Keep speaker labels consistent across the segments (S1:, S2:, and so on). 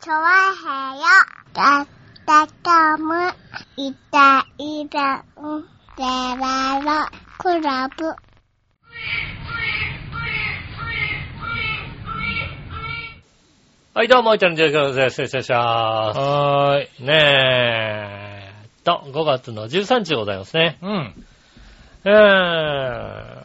S1: チョワヘヨだったかむいたいたんでららクラブ
S2: はい、どうも、いたのじゃくです。よろしくお願いしま
S3: はーい。
S2: す。ねえ、と、5月の13日でございますね。
S3: うん。
S2: えー、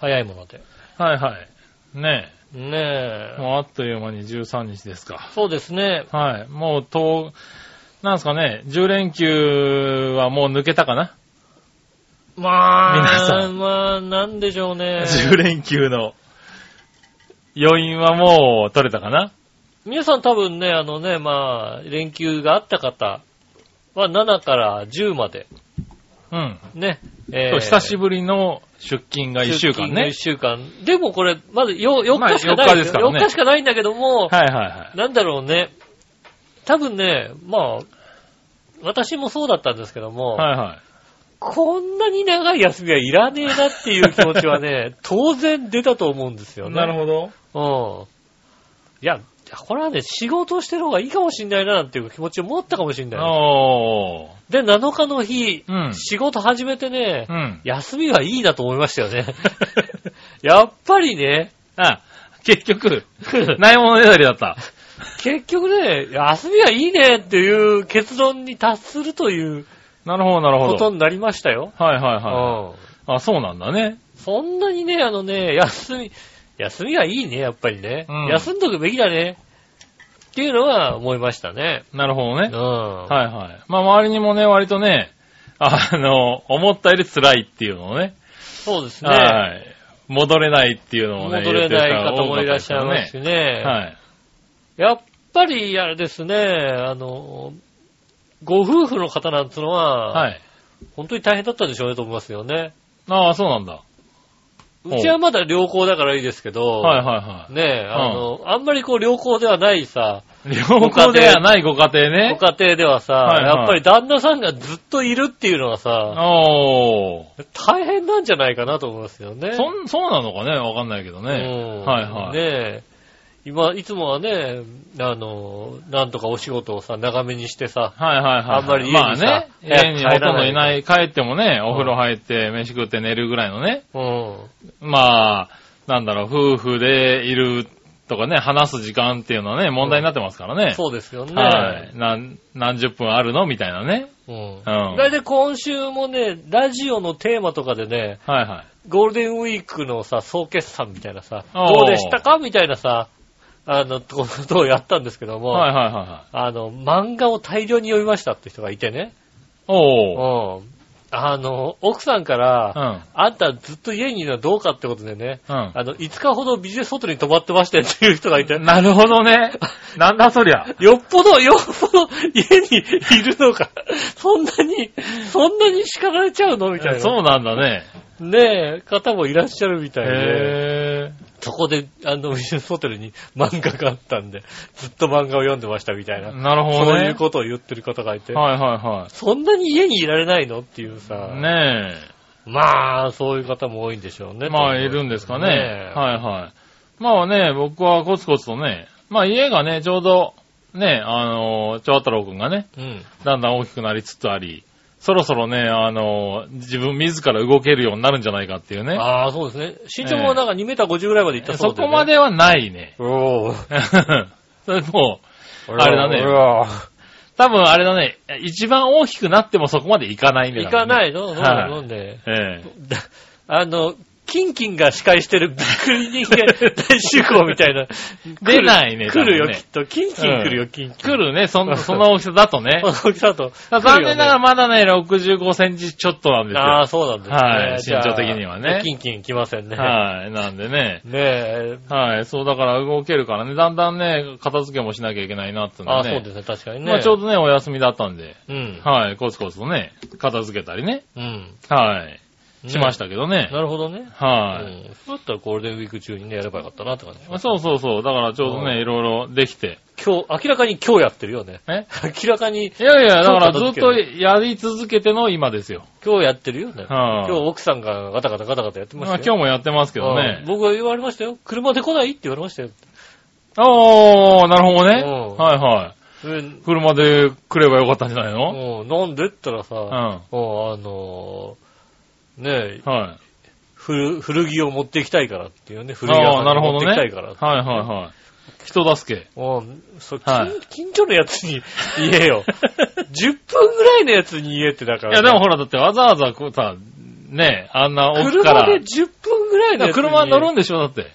S2: 早いもので。
S3: はいはい。ね
S2: ね
S3: え。
S2: え、
S3: もうあっという間に13日ですか。
S2: そうですね。
S3: はい。もう、とう、なんすかね、10連休はもう抜けたかな、
S2: まあ、
S3: 皆さん
S2: まあ、なんでしょうね。
S3: ?10 連休の余韻はもう取れたかな
S2: 皆さん多分ね、あのね、まあ、連休があった方は7から10まで、
S3: うん。
S2: ね。え
S3: そう久し
S2: ぶ
S3: ぶりの出勤が1週間ね
S2: 1。週間。でもこれ、まだ 4, 4
S3: まあ
S2: 日しかない、
S3: 4日ですからね
S2: 4日しかないんだけども、
S3: はいはいはい。
S2: なんだろうね。多分ね、まあ、私もそうだったんですけども、
S3: はいはい。
S2: こんなに長い休みはいらねえなっていう気持ちはね、 当然出たと思うんですよね。
S3: ほど。
S2: ほど。うん。いや、これはね、仕事してる方がいいかもしんないななんていう気持ちを持ったかもしんない。
S3: おー。
S2: で、7日の日、
S3: うん
S2: 仕事始めてね、
S3: うん。
S2: 休みはいいなと思いましたよ ね。やっぱりね、
S3: あ、結局、 ないものねだりだった。
S2: 結局ね、休みはいいねっていう結論に達するという
S3: なるほどなる
S2: こ
S3: ほ
S2: と
S3: ど。
S2: になりましたよ。
S3: はいはいは
S2: うん
S3: い。あ、そうなんだね。
S2: そんなにね、あのね、休み、休みはいいね、やっぱりね。
S3: うん
S2: 休んどくべきだね。っていうのは思いましたね。
S3: なるほど
S2: う
S3: ね
S2: ん。。は
S3: はいはい。まあ周りにもね、割とね、あの、思ったより辛いっていうのをね。
S2: そうですね。
S3: はい。戻れないっていうのをね。
S2: 戻れない方もいらっしゃい
S3: ま
S2: ますし
S3: すね。
S2: ね。
S3: はい。
S2: やっぱり、あれですね、あの、ご夫婦の方なんつのは、
S3: はい。
S2: 本当に大変だったんでしょうねと思いますよね。
S3: ああ、そうなんだ。
S2: うちはまだ良好だからいいですけど、
S3: はいは
S2: ねえ、あの、ん、あんまりこう良好ではないさ、
S3: いはい。良好ではないご家庭
S2: ご
S3: ね。
S2: 家庭ではさ、
S3: はいはい
S2: やっぱり旦那さんがずっといるっていうのはさ、
S3: おー。
S2: 大変なんじゃないかなと思いますよね。
S3: そん、そうなのかねわかんないけど
S2: う
S3: ね
S2: ん。
S3: はいは
S2: ね
S3: い。
S2: え。今、いつもはね、あの、なんとかお仕事をさ、長めにしてさ、
S3: はいはいはい。
S2: あんまり家に
S3: まあ
S2: さ
S3: ね、
S2: 早く
S3: 家に
S2: 帰らない
S3: ほとんどいない、帰ってもね、お風呂入って、飯食って寝るぐらいのね。
S2: うん。
S3: まあ、なんだろう、夫婦でいるとかね、話す時間っていうのはね、問題になってますからね。
S2: そうですよね。
S3: はい。何、何十分あるのみたいなね。
S2: うん。
S3: うん
S2: 大体今週もね、ラジオのテーマとかでね、
S3: はいはい。
S2: ゴールデンウィークのさ、総決算みたいなさ、
S3: おー
S2: どうでしたかみたいなさ、あの、ことをやったんですけども、
S3: はいはいはいはい。
S2: あの、漫画を大量に読みましたって人がいてね、う
S3: おー。
S2: ん。あの、奥さんか
S3: う
S2: ら、
S3: ん。
S2: あんたずっと家にいるのはどうかってことでね、
S3: うん。
S2: あの、5日ほどビジネスホテルに泊まってましたよっていう人がいて、
S3: なるほどね。なんだそりゃ。
S2: よっぽど、よっぽど家にいるのか。そんなに、そんなに叱られちゃうのみたいな。
S3: そうなんだね。
S2: ねえ、方もいらっしゃるみたいで、
S3: へ
S2: そこで、あの、ビジネスホテルに漫画があったんで、ずっと漫画を読んでましたみたいな。
S3: ー。なるほ
S2: そ
S3: ど
S2: う
S3: ね。
S2: いうことを言ってる方がいて、
S3: はいは
S2: そんなに家にいられないのっていう
S3: い
S2: さ、
S3: はい。ねえ。
S2: まあ、そういう方も多いんでしょうね。
S3: まあ、
S2: と思
S3: い
S2: う
S3: るんですかね。
S2: ね
S3: はいはい。まあね、僕はコツコツとね、まあ家がね、ちょうど、ね、あの、長太郎くんがね、
S2: うん。
S3: だんだん大きくなりつつあり、そろそろね、あの、自分自ら動けるようになるんじゃないかっていうね。
S2: ああ、そうですね。身長もなんか2メーター50ぐらいまでいったそ
S3: そう
S2: で、
S3: こま。ではないね。
S2: おー
S3: それもう、
S2: あ
S3: あれだね多分あれだね、一番大きくなってもそこまでいかないね。
S2: 行かないの、
S3: はい
S2: 飲んで。
S3: ええ
S2: だあの、キンキンが司会してるびっくり人間大集合みたい な。
S3: 出ないね
S2: 来る
S3: 多分
S2: よ、
S3: ね
S2: きっと。キンキン来る
S3: う
S2: よ、キンキン。
S3: 来るね、そんそんな大きさだ とね。
S2: 大きさと。
S3: 残念ながら
S2: 来
S3: まだね、65センチちょっとなん
S2: る
S3: で
S2: よ
S3: す
S2: ね
S3: よ。
S2: ああ、そうなんですね。
S3: はい
S2: じゃあ
S3: 身長的にはね
S2: キンキン来ませ んね。
S3: はい、なんでね。
S2: ねえ。
S3: はい、そうだから動けるからね、だんだんね、片付けもしなきゃいけないなっての
S2: あ
S3: は
S2: あ、
S3: ね。
S2: そうですね、確かにね。
S3: まあちょうどね、お休みだったんで、
S2: うん。
S3: はい、コツコツとね、片付けたりね、
S2: うん。
S3: はい、
S2: ね
S3: しましたけどね。
S2: なるほどね。
S3: はい、
S2: うんそうだったらゴールデンウィーク中にね、やればよかったなって感じ。
S3: まあそうそうそう、だからちょうど
S2: う
S3: ね、いろいろできて。
S2: 今日、明らかに今日やってるよね。
S3: え
S2: 明らかに
S3: いやいや、だから
S2: そう片
S3: ずっ
S2: 付け
S3: と
S2: る
S3: やり続けての今ですよ。
S2: 今日やってるよね。
S3: は
S2: 今
S3: い
S2: 日奥さんがガタガタガタガタやってまし
S3: ま
S2: たよ。
S3: あ今日もやってますけど
S2: うん
S3: ね。
S2: 僕は言われましたよ。車で来ないって言われましたよ。
S3: おー、なるほどね。
S2: うん
S3: はいはい。
S2: うん
S3: 車で来ればよかったんじゃないの
S2: うん、なんでって言ったらさ、うん、
S3: うん。
S2: あのーねえ、
S3: はい。
S2: 古古着を持っていきたいからっていうね、古着屋
S3: あ
S2: さ
S3: あ、
S2: ん
S3: なる
S2: に
S3: ほ
S2: 持っ
S3: ど
S2: て
S3: ね。
S2: いき
S3: は
S2: た
S3: い
S2: いからって
S3: はいはい。人助け。
S2: うん、そう、
S3: はい
S2: 近近所のやつに言 えよ。10分ぐらいのやつに言えってだから
S3: い
S2: ね、
S3: や、でもほら、だってわざわざこうさ、ね、あんな奥か
S2: 車
S3: ら。
S2: で10分ぐらいのやつに
S3: 車乗るんでしょだって。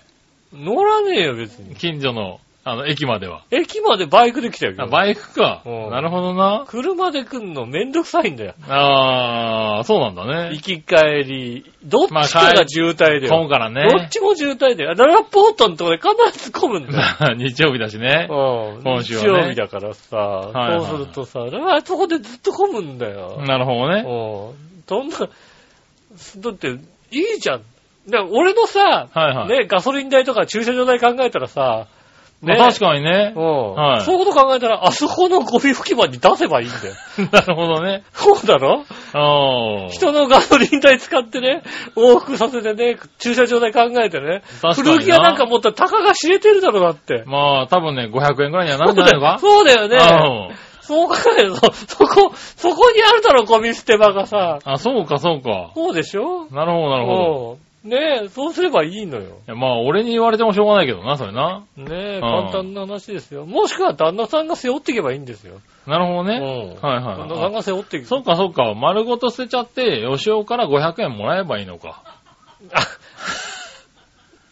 S2: 乗らねえよ、別に。
S3: 近所の、あの、駅までは。
S2: 駅までバイクで来たよ。
S3: あ、バイクか。
S2: うん
S3: なるほどな。
S2: 車で来んのめんどくさいんだよ。
S3: ああ、そうなんだね
S2: 行。き帰り、どっちかが渋滞だよ。
S3: 混むからね。
S2: どっちも渋滞だよ。ララポートのとこで必ず混むん だよ。
S3: まあ 日曜日だしね。
S2: うん。
S3: 今週は
S2: 日
S3: ね
S2: 曜日だからさ、
S3: いはい
S2: そうするとさ、あそこでずっと混むんだよ。
S3: なるほど
S2: うん
S3: ね。。
S2: どんな、だって、いいじゃん。で俺のさ、
S3: はいはい。
S2: ね、ガソリン代とか駐車場代考えたらさ、
S3: まあ確かにね
S2: う。ん、
S3: はい
S2: そういうこと考えたら、あそこのゴミ吹き場に出せばいいんだ よ。
S3: なるほどね。
S2: そうだろ
S3: ああ。
S2: 人のガソリン代使ってね、往復させてね、駐車場代考えてね、
S3: 確かにな
S2: 古着屋なんか持ったら高が知れてるだろ、だって。
S3: まあ、多分ね、500円ぐらいにはなるんじゃないの か
S2: そうだよね。
S3: あ
S2: そう考えると、そこ、そこにあるだろ、ゴミ捨て場がさ。
S3: あ、そうか、そうか。
S2: そうでしょ
S3: なるほど、なるほど。
S2: うんねえ、そうすればいいのよ。
S3: いやまあ、俺に言われてもしょうがないけどな、それな。
S2: ね
S3: う
S2: え、
S3: ん
S2: 簡単な話ですよ。もしくは旦那さんが背負っていけばいいんですよ。
S3: なるほど
S2: う
S3: ね。
S2: ん。
S3: はいはい
S2: 旦那さん
S3: はい。
S2: が背負っていく。
S3: そうか、そうか。丸ごと捨てちゃって、吉尾から500円もらえばいいのか。
S2: あ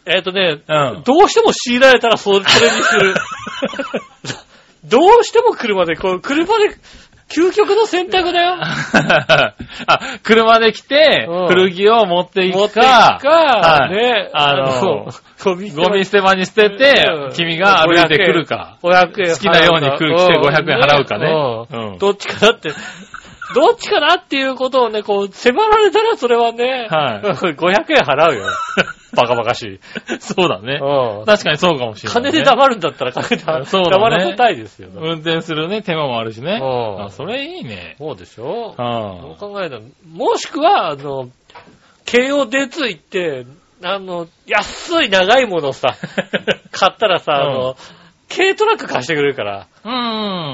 S2: えっ、とね、
S3: うん
S2: どうしても強いられたらそれそれにする。どうしても車で、こう、車で、究極の選択だよ。
S3: あ、車で来て、
S2: うん
S3: 古着を持ってい
S2: 持っ
S3: く
S2: ていくか、
S3: か、はい
S2: ね、
S3: あの
S2: ゴミ
S3: ゴミ捨て場に捨てて
S2: うん、
S3: 君が歩いてくるか。
S2: 500円
S3: 好きなように来る来て500円払うかね
S2: うん
S3: うん
S2: どっちかなって、どっちかなっていうことをね、こう、迫られたらそれはね、
S3: はい
S2: 500円払う よ。バカバカしい。
S3: そうだね。
S2: うん
S3: 確かにそうかもしれないね。
S2: 金で黙るんだったら金で黙
S3: そうだね
S2: 黙らせたいですよ。
S3: 運転するね、手間もあるしね。
S2: うん
S3: あそれいいね。
S2: そうでしょそう
S3: あ
S2: 考えたら、もしくは、あの、KOD2 行って、あの、安い長いものを さ、買ったらさ、あの、軽トラック貸してくれるから、
S3: あ。うーん。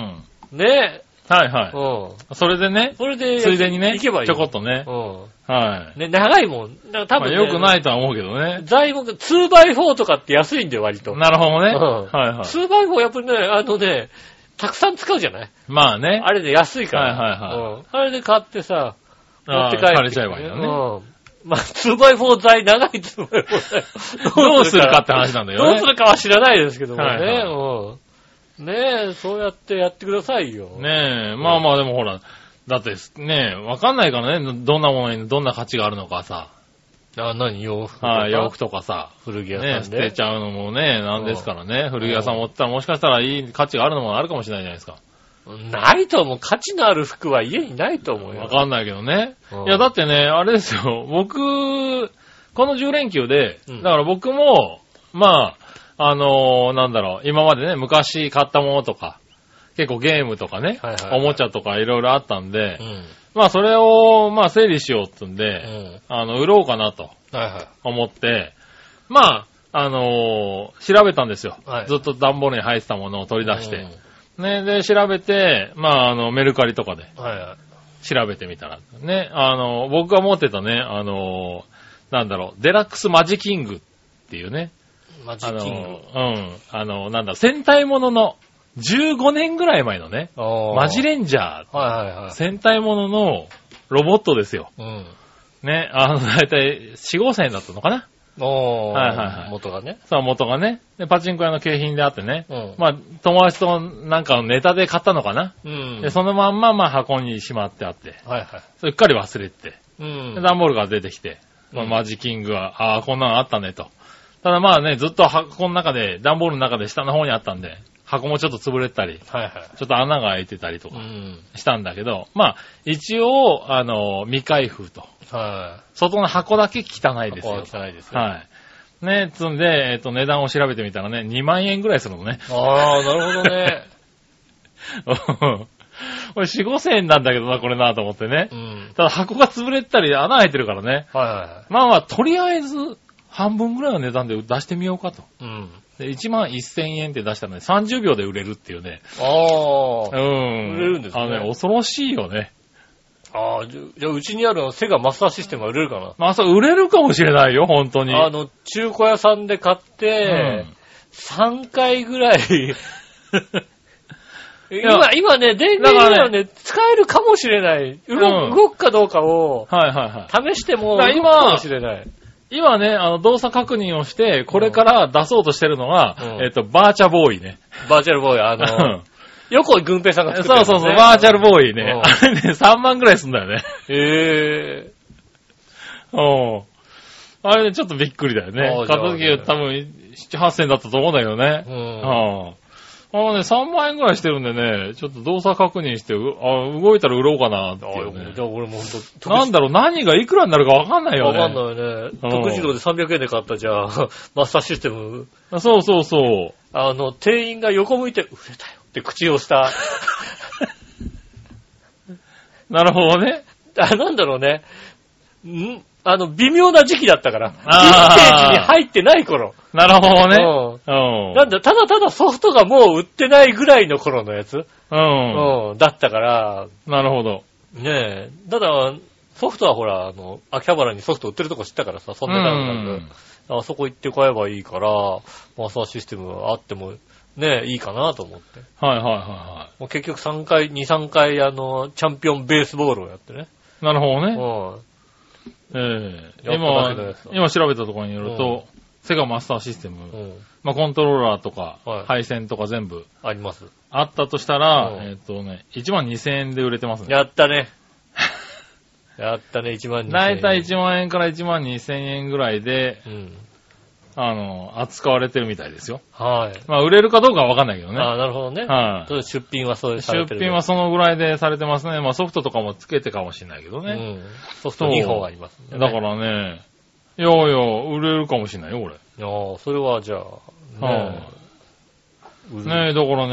S3: は
S2: ね、
S3: いは
S2: うん。
S3: い。それでね、
S2: それで、
S3: ついでにね、
S2: 行けばいい。
S3: ちょこっとね。
S2: う
S3: はい
S2: ん。。ね、長いもん。だから多
S3: ま
S2: 分、
S3: あ
S2: ね、
S3: 良くないとは思うけどね。
S2: 材木、2x4 とかって安いんだよ、割と。
S3: なるほどね。
S2: うん
S3: はいはい。
S2: 2x4 やっぱりね、あのね、たくさん使うじゃない
S3: まあね。
S2: あれで安いから。
S3: はいはい
S2: うん。あれで買ってさ、持って帰ってきて、
S3: あー借りちゃえばいいの
S2: う
S3: ね。
S2: ん。まあ、2x4 材、長い 2x4 材。
S3: どうするかって話なんだよ
S2: どう
S3: ね
S2: す。るかは知らないですけどもね。
S3: はいはい
S2: うん。ねえ、そうやってやってくださいよ。
S3: ねえ、まあまあでもほら、だってねえ、わかんないからね、どんなものにどんな価値があるのかさ。
S2: あ、何洋服とか
S3: はい、洋服とかさ。
S2: 古着屋
S3: ね、
S2: さん
S3: 捨
S2: で。
S3: てちゃうのもね、なんですからね。古着屋さん持ってたらもしかしたらいい価値があるのもあるかもしれないじゃないですか。
S2: ないと思う。価値のある服は家にないと思うよ。
S3: わかんないけどね
S2: うん。
S3: いや、だってね、あれですよ、僕、この10連休で、
S2: う
S3: だ
S2: ん
S3: から僕も、まあ、あのーなんだろう、今までね、昔買ったものとか、結構ゲームとかね
S2: はいはい、はい
S3: おもちゃとかいろいろあったんで
S2: う、ん。
S3: まあそれを、まあ整理しようってん
S2: う
S3: で、
S2: ん。
S3: あの、売ろうかなと
S2: はいはい。
S3: 思って、まあ、あのー調べたんですよ
S2: はい。
S3: ずっと段ボールに入ってたものを取り出して。ね、で、調べて、まあ、あの、メルカリとかで
S2: うん。はいはい。
S3: 調べてみたら、ね、あの、僕が持ってたね、あの、なんだろう、デラックスマジキングっていうね、
S2: マジ
S3: あ
S2: ック
S3: の、
S2: キング。
S3: うん、あの、なんだろう、戦隊ものの、15年ぐらい前のね、マジ
S2: レ
S3: レンジャー、
S2: はいはいはい。
S3: 戦隊もののロボットですよ。
S2: うん。
S3: ね、あの、だいたい4、5歳だったのかな
S2: おー。
S3: はいはいはい
S2: 元がね。
S3: さあ、元がね、で、パチンコ屋の景品であってね、
S2: うん。
S3: まあ、友達となんかのネタで買ったのかな、
S2: うん。
S3: で、そのまんま、まあ、箱にしまってあって、
S2: はいは
S3: それうっかり忘れてて、
S2: い。うん。
S3: で段ボールが出てきて、まあ
S2: うん
S3: マジキングは、ああ、こんなのあったねと。ただまあね、ずっと箱の中で、段ボールの中で下の方にあったんで、箱もちょっと潰れてたり、
S2: はいはい。
S3: ちょっと穴が開いてたりと
S2: う
S3: か
S2: ん。
S3: したんだけど、まあ、一応、あの、未開封と。
S2: は
S3: 外の箱だけ汚い
S2: い。
S3: です
S2: ここは
S3: よ。
S2: 汚いですよ。
S3: はい。ね、つんで、えっと、値段を調べてみたらね、2万円ぐらいするのね。
S2: あー、なるほどね。
S3: 俺4、5千円なんだけどな、これなと思ってね
S2: う。ん。
S3: ただ箱が潰れてたり、穴開いてるからね。
S2: はいは
S3: まあまあ、とりあえず、半分ぐらいの値段で出してみようかと。
S2: いはい。うん。
S3: で、1万1000円って出したので、30秒で売れるっていうね。
S2: あ
S3: う
S2: あ。
S3: ん。
S2: 売れるんですね
S3: あのね、恐ろしいよね。
S2: ああ、じゃじゃあ、うちにあるセガマスターシステムは売れるかな。
S3: まあ、そう、売れるかもしれないよ、本当に。
S2: あの、中古屋さんで買って、3回ぐらい 今、今ね、電源
S3: だか
S2: が
S3: ら
S2: ね、使えるかもしれない。動く,、
S3: うん
S2: 動くかどうかを、
S3: うん。はいはいは
S2: 試
S3: い。
S2: しても、
S3: だから
S2: 動く
S3: 今
S2: かもしれ ない。
S3: 今ね、あの、動作確認をして、これから出そうとしてるのが、
S2: うん
S3: えっと、バーチャボーイね。
S2: バーチャルボーイ、あの、横井軍平さんが
S3: そう
S2: 作ってる、
S3: そ
S2: ね。
S3: うそう、バーチャルボーイね
S2: う。ん
S3: あれね、3万ぐらいすんだよね。
S2: え
S3: うん。あれね、ちょっとびっくりだよ
S2: あ
S3: ね
S2: ー。じゃあ
S3: 買った時多分、7、8000だったと思うんだけどね
S2: え。
S3: うん。
S2: うん。
S3: あのね、3万円ぐらいしてるんでね、ちょっと動作確認して、うあ動いたら売ろうかなって
S2: ああ、
S3: いう
S2: よ
S3: ね
S2: じゃあ俺もほんと、
S3: なんだろう、何がいくらになるかわかんないよ
S2: わ
S3: ね。
S2: かんないよね。
S3: うん
S2: 特自動で300円で買ったじゃあ、 マスターシステム、
S3: い。そうそうそう。
S2: あの、店員が横向いて、売れたよって口を した。
S3: なるほどね。
S2: あ、なんだろうね。んあの、微妙な時期だったから。
S3: あー
S2: 1ページに入ってない頃。
S3: なるほどね。
S2: う
S3: うん。
S2: なんだ、ただただソフトがもう売ってないぐらいの頃のやつ、
S3: うん。
S2: うん、だったから、
S3: なるほど。
S2: ねえ、ただ、ソフトはほら、あの、秋葉原にソフト売ってるとこ知ったからさ、そんな
S3: う
S2: に
S3: ん
S2: あそこ行って買えばいいから、マスターシステムあっても、ねえ、いいかなと思って。
S3: はいはいはいは
S2: もう結局3回、2、3回、あの、チャンピオンベースボールをやってね。
S3: い。なるほど
S2: う
S3: ね。
S2: ん。
S3: ええ
S2: やっただけのやつだ
S3: 今、今調べたところによると、セガマスターシステム、
S2: うん。
S3: まあ、コントローラーとか、
S2: はい
S3: 配線とか全部
S2: あります。
S3: あったとしたら、
S2: うん
S3: えっ、とね、1万2000円で売れてますね。
S2: やった ね。やったね、1万2000円。
S3: だいたい1万円から1万2000円ぐらいで、
S2: うん。
S3: あの、扱われてるみたいですよ。
S2: はい。
S3: まあ、売れるかどうかはわかんないけどね。
S2: ああ、なるほどね。
S3: はい
S2: そう出品はそういう
S3: 出品は
S2: そ
S3: そのぐらいでされてますね。まあ、ソフトとかもつけてかもしれないけど
S2: う
S3: ね。
S2: ん。ソフト2本ありますんでね、
S3: だからね、いやいや、売れるかもしれないよ、これ。
S2: ら。ああ、それはじゃあ、
S3: はい
S2: ねえ。
S3: ねえ、だから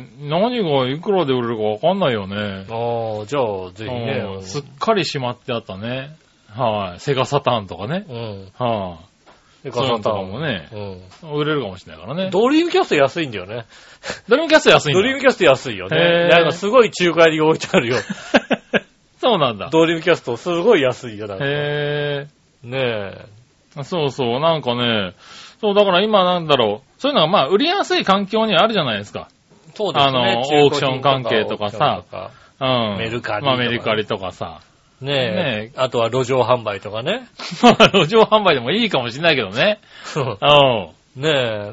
S3: ね、何がいくらで売れるかわかんないよね。
S2: ああ、じゃあ、ぜひね。
S3: う
S2: あ
S3: ん
S2: の
S3: すっかりしまってあったね。はい。セガサターンとかね。
S2: うん。
S3: は
S2: で、
S3: そういうのとか
S2: ガサタン
S3: もね
S2: う
S3: い。売れるかもしれないから
S2: ん。
S3: ね。
S2: ドリームキャスト安いんだよね。
S3: ドリームキャスト安いんだ。
S2: ドリームキャスト安いよね。
S3: へえ
S2: なんかすごい中華屋に置いてあるよ。
S3: そうなんだ。
S2: ドリームキャストすごい安いよ、だから。ね
S3: へ
S2: え。
S3: え。そうそう、なんかね、そう、だから今なんだろう。そういうのがまあ、売りやすい環境にあるじゃないですか。
S2: そうですね。
S3: あの
S2: 中古品
S3: オークション関係とか
S2: オー
S3: さ
S2: クションとか。
S3: うん。
S2: メルカリとか
S3: まあ、メルカリとかさ。
S2: ねえ。
S3: ねえ
S2: あとは路上販売とかね。
S3: まあ、路上販売でもいいかもしれないけどね。うん。
S2: ねえ。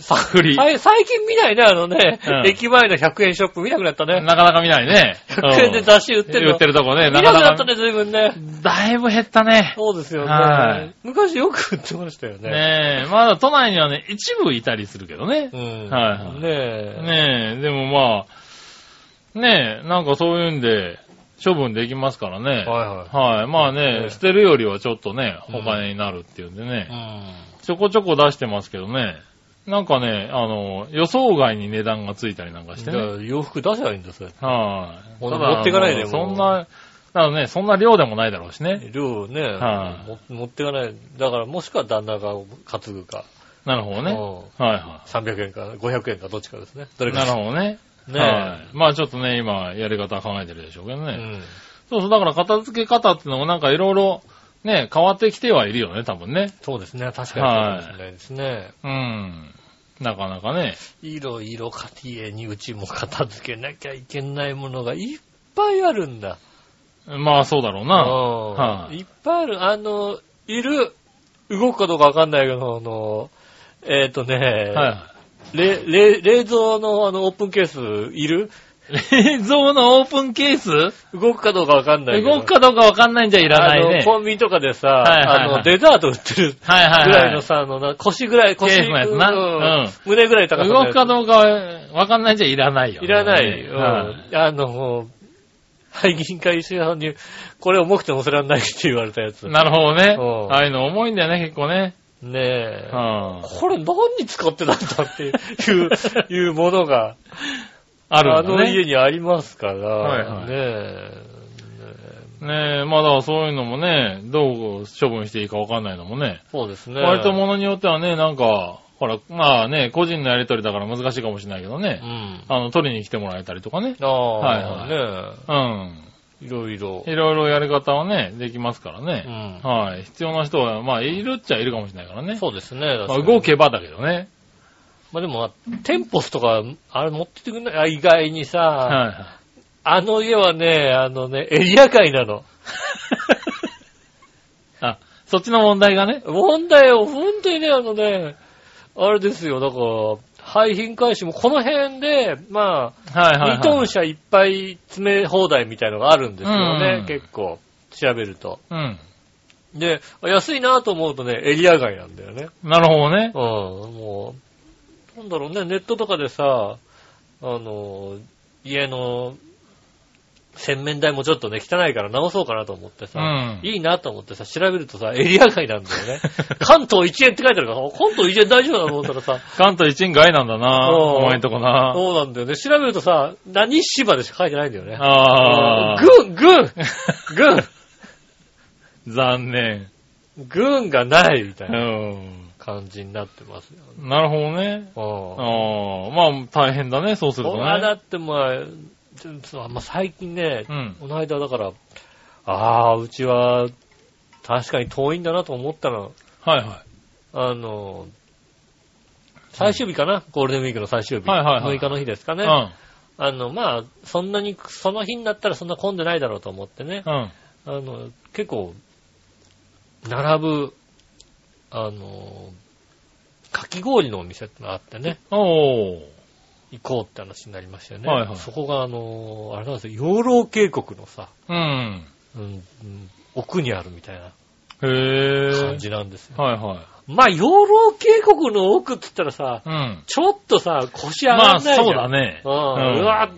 S2: さ
S3: 売り
S2: 最最近見ないね、あのね、
S3: うん
S2: 駅前の100円ショップ見なくなったね。
S3: なかなか見ないね。
S2: 100円で雑誌売ってる
S3: 言
S2: の。
S3: ってるとこね、
S2: 見な
S3: な
S2: くな
S3: かな
S2: った
S3: か。
S2: ね、随分ね。
S3: だいぶ減ったね。
S2: そうですよ
S3: は
S2: ね
S3: い。
S2: 昔よく売ってましたよね。
S3: ねえ、まだ都内にはね、一部いたりするけどね
S2: う。ん。
S3: はいは
S2: ねえ。
S3: いねえ、でもまあ、ねえ、なんかそういうんで、処分できますからね。
S2: はいはい。
S3: はい。まあ
S2: ね
S3: ね
S2: え、
S3: 捨てるよりはちょっとね、
S2: うん
S3: お金になるっていうんで
S2: う
S3: ね、
S2: ん。
S3: ちょこちょこ出してますけどね。なんかね、あの、予想外に値段がついたりなんかして
S2: じ
S3: ね。
S2: ゃあ洋服出せばいいんだ、それ。
S3: はい。
S2: もう
S3: ただ
S2: 持ってかないで
S3: あの
S2: もう
S3: そんな、だからね、そんな量でもないだろうしね。
S2: 量をね、
S3: はい
S2: も持ってかない。だから、もしくは旦那が担ぐか。
S3: なるほどね。
S2: う
S3: はいは
S2: 300円か500円かどっちかですね。どれ
S3: い。
S2: か。
S3: なるほどね。
S2: ねえ
S3: はい。まあちょっとね、今、やり方は考えてるでしょうけどね。
S2: うん。
S3: そうそう、だから片付け方っていうのもなんかいろいろ、ね、変わってきてはいるよね、多分ね。
S2: そうですね。確かにそうかもしれないですね。
S3: うん。なかなかね。
S2: いろいろ家庭にうちも片付けなきゃいけないものがいっぱいあるんだ。
S3: まあそうだろう
S2: うん
S3: な。はい
S2: っぱいある。あの、いる、動くかどうかわかんないけど、あの、えっ、とね、
S3: は
S2: れれ冷蔵のあのオープンケースいる
S3: い。冷蔵のオープンケース
S2: 動くかどうかわかんないけど。
S3: 動くかどうかわかんないんじゃいらない
S2: あの、
S3: ね。
S2: コンビニとかでさ、
S3: いはいはい
S2: あの、デザート売ってる
S3: はい
S2: ぐら
S3: は
S2: い
S3: い、
S2: の
S3: はい。
S2: さ、あのな、腰ぐらい、腰
S3: ケースのやつなうん
S2: 胸ぐらい高さの
S3: 動
S2: や
S3: く
S2: つ
S3: かどうかわかんないんじゃいらないよね。
S2: いらない。うん
S3: はい
S2: あの、廃品回収班に、これ重くて乗せらんないって言われたやつ。ね
S3: なるほどね
S2: う。ん
S3: ああいうの重いんだよね、結構ね。
S2: え。
S3: うん
S2: これ何に使ってたんだって いう、いうものが、
S3: ある
S2: あ
S3: ん
S2: の
S3: だね
S2: 家。にありますから、
S3: はいは
S2: ね
S3: い
S2: え。
S3: ねえ、まあだからそういうのもね、どう処分していいかわかんないのもね。
S2: そうですね。
S3: 割と物によってはね、なんか、ほら、まあね、個人のやりとりだから難しいかもしれないけどね
S2: う。ん。
S3: あの、取りに来てもらえたりとかね。
S2: ああ、
S3: はい
S2: ね
S3: うん。
S2: え。いろいろ。
S3: いろいろやり方はね、できますから
S2: う
S3: ね。
S2: ん。
S3: はい。必要な人は、まあ、いるっちゃいるかもしれないからね。
S2: そうですね。
S3: まあ
S2: 確かに
S3: 動。けばだけどね。
S2: まあでもまあ、テンポスとか、あれ持ってってくんないあ意外にさ、
S3: は
S2: あの家はね、あのね、エリア外な の。
S3: い。あ、そっちの問題がね。
S2: 問題を、本当にね、あのね、あれですよ、だから、廃品回収もこの辺で、ま
S3: はいはい、は
S2: あ、
S3: い。
S2: 2トン車いっぱい詰め放題みたいのがあるんですよ
S3: うんう
S2: ね
S3: ん、
S2: 結構、調べると。
S3: うん。
S2: で、安いなと思うとね、エリア外なんだよね。
S3: なるほどね
S2: うん、。もう、なんだろうね、ネットとかでさ、あの、家の洗面台もちょっとね、汚いから直そうかなと思って
S3: う
S2: さ、
S3: ん。
S2: いいなと思ってさ、調べるとさ、エリア外なんだよね。 関東一円って書いてあるから、関東一円大丈夫だと思ったら さ、
S3: 関東一円外なんだな。
S2: うん
S3: お前んとこな。
S2: そうなんだよね。調べるとさ、何芝でしか書いてないんだよね。
S3: ああ。
S2: 軍、軍、軍、
S3: 残念。。
S2: 軍がないみたいうなん感じになってますよね。
S3: なるほどね。
S2: うん
S3: ああ、まあ大変だね、そうすると
S2: この間
S3: ね。
S2: ってまあ、ちょそうまあ最近ね
S3: う、ん。
S2: この間だから、ああ、うちは確かに遠いんだなと思ったの。
S3: はいは
S2: あの、最終日かな、ゴールデンウィークの最終日。
S3: はいはいはい
S2: 6日の日ですか
S3: い。
S2: ね。あの、まあ、そんなに、その日になったらそんな混んでないだろうと思ってね
S3: う。ん。うん。
S2: あの、結構、並ぶ、あの、かき氷のお店ってのがあってね、
S3: おー。
S2: 行こうって話になりましたよね。
S3: はいはい
S2: そこがあの、あれなんですよ、養老渓谷のさ、
S3: うん。
S2: うんうん奥にあるみたいな
S3: へー。
S2: 感じなんですよ。
S3: はいはい。
S2: まあ、養老渓谷の奥って言ったらさ、
S3: うん。
S2: ちょっとさ、腰上
S3: ま
S2: がん
S3: あ
S2: ないじゃん。
S3: そうだね。
S2: う
S3: うん
S2: ん。うわ、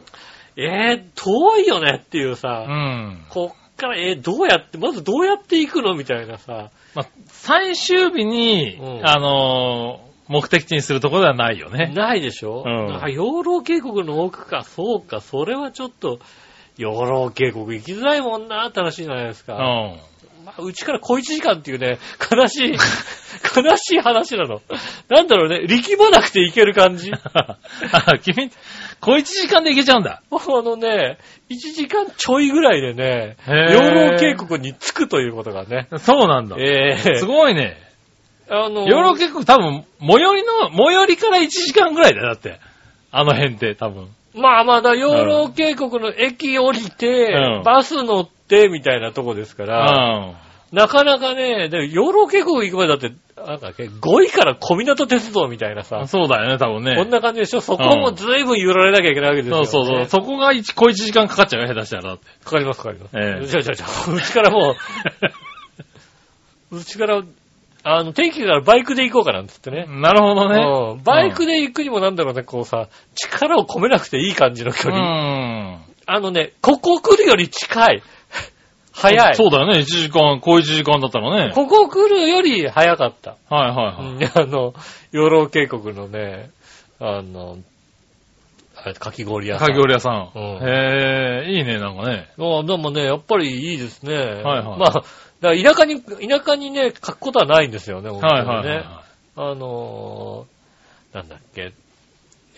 S2: えー、遠いよねっていう
S3: う
S2: さ、
S3: ん。
S2: こっから、えー、どうやって、まずどうやって行くのみたいなさ、
S3: 最終日に、
S2: うん
S3: あのー目的地にするところではないよね。
S2: ないでしょ、
S3: うん
S2: なんか養老渓谷の奥か、そうか、それはちょっと、養老渓谷行きづらいもんなって話じゃないです
S3: う
S2: か。
S3: ん。
S2: まあ、うちから小一時間っていうね、悲しい、悲しい話なの。なんだろうね、力まなくて行ける感 じ。
S3: あ君、小一時間で行けちゃうんだ。
S2: あのね、1時間ちょいぐらいでね、
S3: へー
S2: 養老渓谷に着くということがね。
S3: そうなんだ。
S2: ええ
S3: すごいね。
S2: あの、
S3: 養老結構多分、最寄りの、最寄りから1時間ぐらいだよ、だって。あの辺って、多分。
S2: まあまあだ、養老渓谷の駅降りて、
S3: うん
S2: バス乗って、みたいなとこですか
S3: う
S2: ら、
S3: ん。
S2: なかなかね、で養老渓谷行くまでだって、なんだっけ、5位から小湊鉄道みたいなさ、
S3: そうだよね、多分ね。
S2: こんな感じでしょそこもずいぶん揺られなきゃいけないわけですよ、
S3: そ
S2: ね。
S3: うそうそう。そこが一小一時間かかっちゃうよ、下手したら。だって
S2: かかります、かかります。
S3: ええ
S2: じゃあじゃあじゃあうちからも う、うちから、あの、天気がバイクで行こうかなんつってね。
S3: なるほどね。
S2: うんバイクで行くにもなんだろうね、こうさ、力を込めなくていい感じの
S3: う
S2: 距離。
S3: ん。
S2: あのね、ここ来るより近い。早い。
S3: そうだよね、1時間、小一時間だったらね。
S2: ここ来るより早かった。
S3: はいは
S2: う
S3: いは
S2: ん あ
S3: い。
S2: の、養老渓谷のね、あの、あれかき氷屋さん。
S3: かき氷屋さん。
S2: うん
S3: へえ、いいね、なんかね。
S2: ああでもね、やっぱりいいですね。
S3: いはい
S2: まあ、だから田舎に、田舎にね、書くことはないんですよね、本当に
S3: は
S2: ね。
S3: いはいはい。
S2: あのーなんだっけ、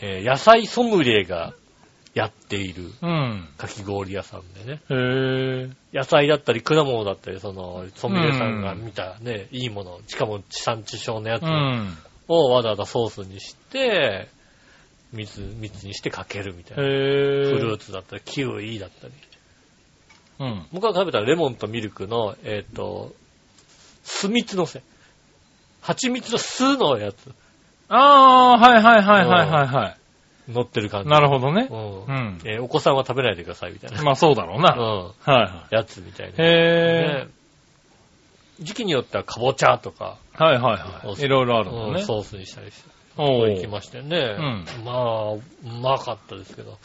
S2: えー野菜ソムリエがやっている
S3: うん。
S2: かき氷屋さんでね、
S3: へえ。
S2: 野菜だったり果物だったり、その、ソムリエさんが
S3: うん
S2: 見たね、いいもの、しかも地産地消のやつ
S3: うん。
S2: をわざわざソースにして、水、水にしてかけるみたい
S3: へ
S2: な。フ
S3: え。
S2: ルーツだったり、キウイだったり。
S3: うん。
S2: 僕が食べたレモンとミルクの、えっ、と、酢蜜のせ。蜂蜜の酢のやつ、
S3: ああ、はいはいはいはいはいは
S2: 乗ってる感
S3: い。
S2: じ。
S3: なるほどね
S2: う。ん
S3: うん。
S2: えーお子さんは食べないでくださいみたいな。
S3: まあそうだろう
S2: う
S3: な。
S2: ん。
S3: はいは
S2: やつみたい
S3: い。
S2: な。
S3: へえ。
S2: ね時期によってはかぼちゃとか、
S3: はいはいはい。いろいろあるもん
S2: うん
S3: ね。
S2: ソースにしたりして、
S3: お
S2: こ
S3: う
S2: う行きましたよね。
S3: う
S2: まあ、うまかったですけど。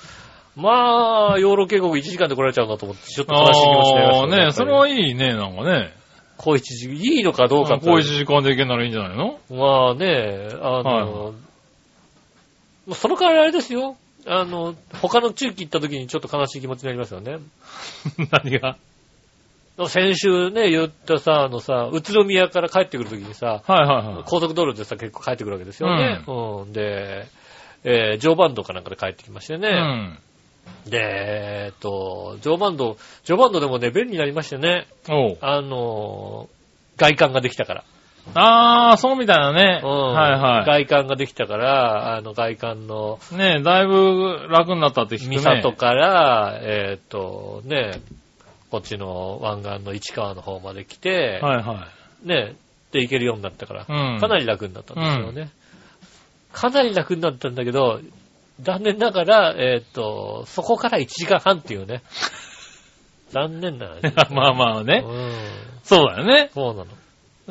S2: まあ、養老渓谷1時間で来られちゃうなと思って、ちょっと悲しい気持ちになりました
S3: ああ、ねそれ
S2: は、
S3: はいいね、なんかね。
S2: 小一時、いいのかどうかって
S3: 小一時間で行けんならいいんじゃ ないの
S2: まあね、あの、
S3: は
S2: まあその代わりあれですよ。あの、他の地域行った時にちょっと悲しい気持ちになりますよね。
S3: 何が
S2: 先週ね、言ったさ、あのさ、宇都宮から帰ってくるときにさ、
S3: はいはいはい。
S2: 高速道路でさ、結構帰ってくるわけですよね。うん。で、えー常磐道かなんかで帰ってきまして
S3: う
S2: ね。
S3: ん。
S2: で、えーっと、常磐道、常磐道でもね、便利になりましてね。
S3: おう。
S2: あのー外観ができたから。
S3: あー、そうみたいなね。
S2: うん。
S3: はいは
S2: 外観ができたから、あの、外観の
S3: い。ねえ、だいぶ楽になったって聞くね。
S2: 三郷から、えーっと、ね、こっちの湾岸の市川の方まで来て、
S3: はいは
S2: ね、で行けるようになったから、
S3: い。うん。
S2: かな
S3: り。
S2: り楽になったんですよね。かなり楽になったんだけど、残念ながら、えーっと、そこから1時間半っていう ね。残念な話
S3: まあまあ
S2: う
S3: ね。
S2: ん。
S3: そうだよね。
S2: そうな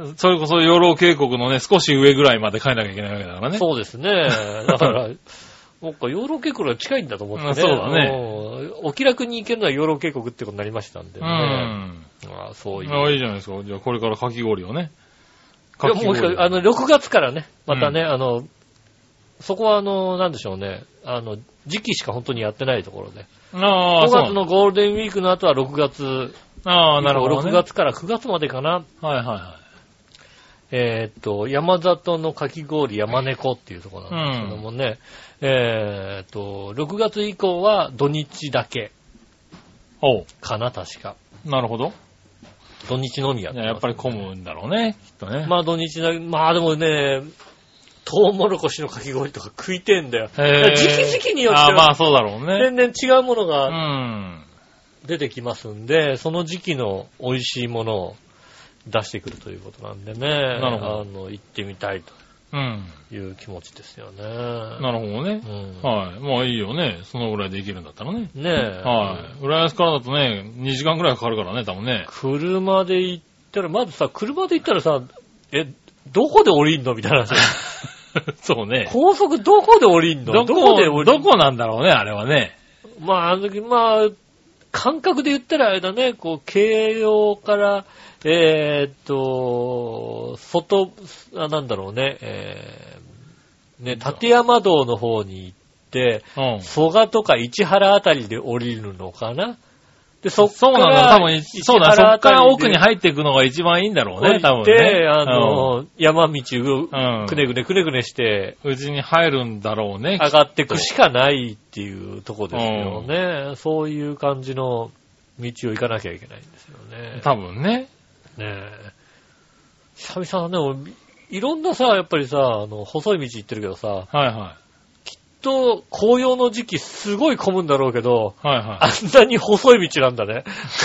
S2: の。
S3: それこそ養老渓谷のね、少し上ぐらいまで帰んなきゃいけないわけだからね。
S2: そうですね。だから、 もっか養老渓谷は近いんだと思ってね。
S3: うんそうだね
S2: うんお気楽に行けるのは養老渓谷ってことになりましたんで
S3: う
S2: ね。
S3: ん。
S2: まあ、そういう。
S3: あいいじゃないですか。じゃあこれからかき氷をね。
S2: いやもう一回、あの、6月からね、またね、あの、そこはあの、なんでしょうね、あの、時期しか本当にやってないところで。
S3: ああ、
S2: 5
S3: そう
S2: 月のゴールデンウィークの後は6月、
S3: ああ、なるほど、
S2: 6
S3: ね。。
S2: 月から9月までかな、
S3: はいはいは
S2: えーっと、山里のかき氷山猫っていうところなんですけどもね、えーっと、6月以降は土日だけ
S3: い。おう。
S2: かな、確か。
S3: なるほど。
S2: 土日のみやっ
S3: い
S2: て
S3: や
S2: ます
S3: やっぱり混むんだろうね、きっとね。
S2: まあ土日だけ、まあでもね、トウモロコシのかき氷とか食いてんだよ。
S3: へー
S2: 時期時期によっては
S3: ああ、まあそうだろうね。
S2: 全然違うもの
S3: う
S2: が
S3: ん。
S2: 出てきますんで、その時期の美味しいものを出してくるということなんでね、
S3: るほど
S2: あの行ってみたい
S3: うん。
S2: という気持ちですよね。
S3: なるほどね
S2: う。ん、
S3: はい。まあいいよね。そのぐらいできるんだったらね。
S2: ねえ、
S3: はい。浦安からだとね、2時間ぐらいかかるからね、多分 ね。
S2: 車で行ったら、まずさ、車で行ったらさ、え、どこで降りんのみたいな さ、
S3: そうね。
S2: 高速どこで降りんの
S3: ど
S2: どこで降
S3: こ、
S2: りん
S3: ど
S2: の
S3: こなんだろうね、あれはね。
S2: まあ、あの時、まあ、感覚で言ったらあれだね、こう、京葉から、えーっと、外、あなんだろうね、えー、ね、立山道の方に行って、
S3: うん。
S2: 蘇我とか市原あたりで降りるのかなで、そっか
S3: そうなんだ
S2: ら、
S3: ろう、多分、そうだ、そっから奥に
S2: 入
S3: 入っていくのが一番いいんだろう
S2: っ
S3: ね、
S2: て、
S3: 多分ね。
S2: あの、山道を
S3: うん、
S2: くねくねくねくねして、
S3: うん、うちに入るんだろうね。
S2: 上がっていくしかないっていうとこですよね。そういう感じの道を行かなきゃいけないんですよね。
S3: 多分ね。
S2: ねえ久々ね、俺いろんなさ、やっぱりさ、あの、細い道行ってるけどさ、
S3: はいは
S2: と、紅葉の時期すごい混むんだろうけど、
S3: い。はいは
S2: あんなに細い道なんだね。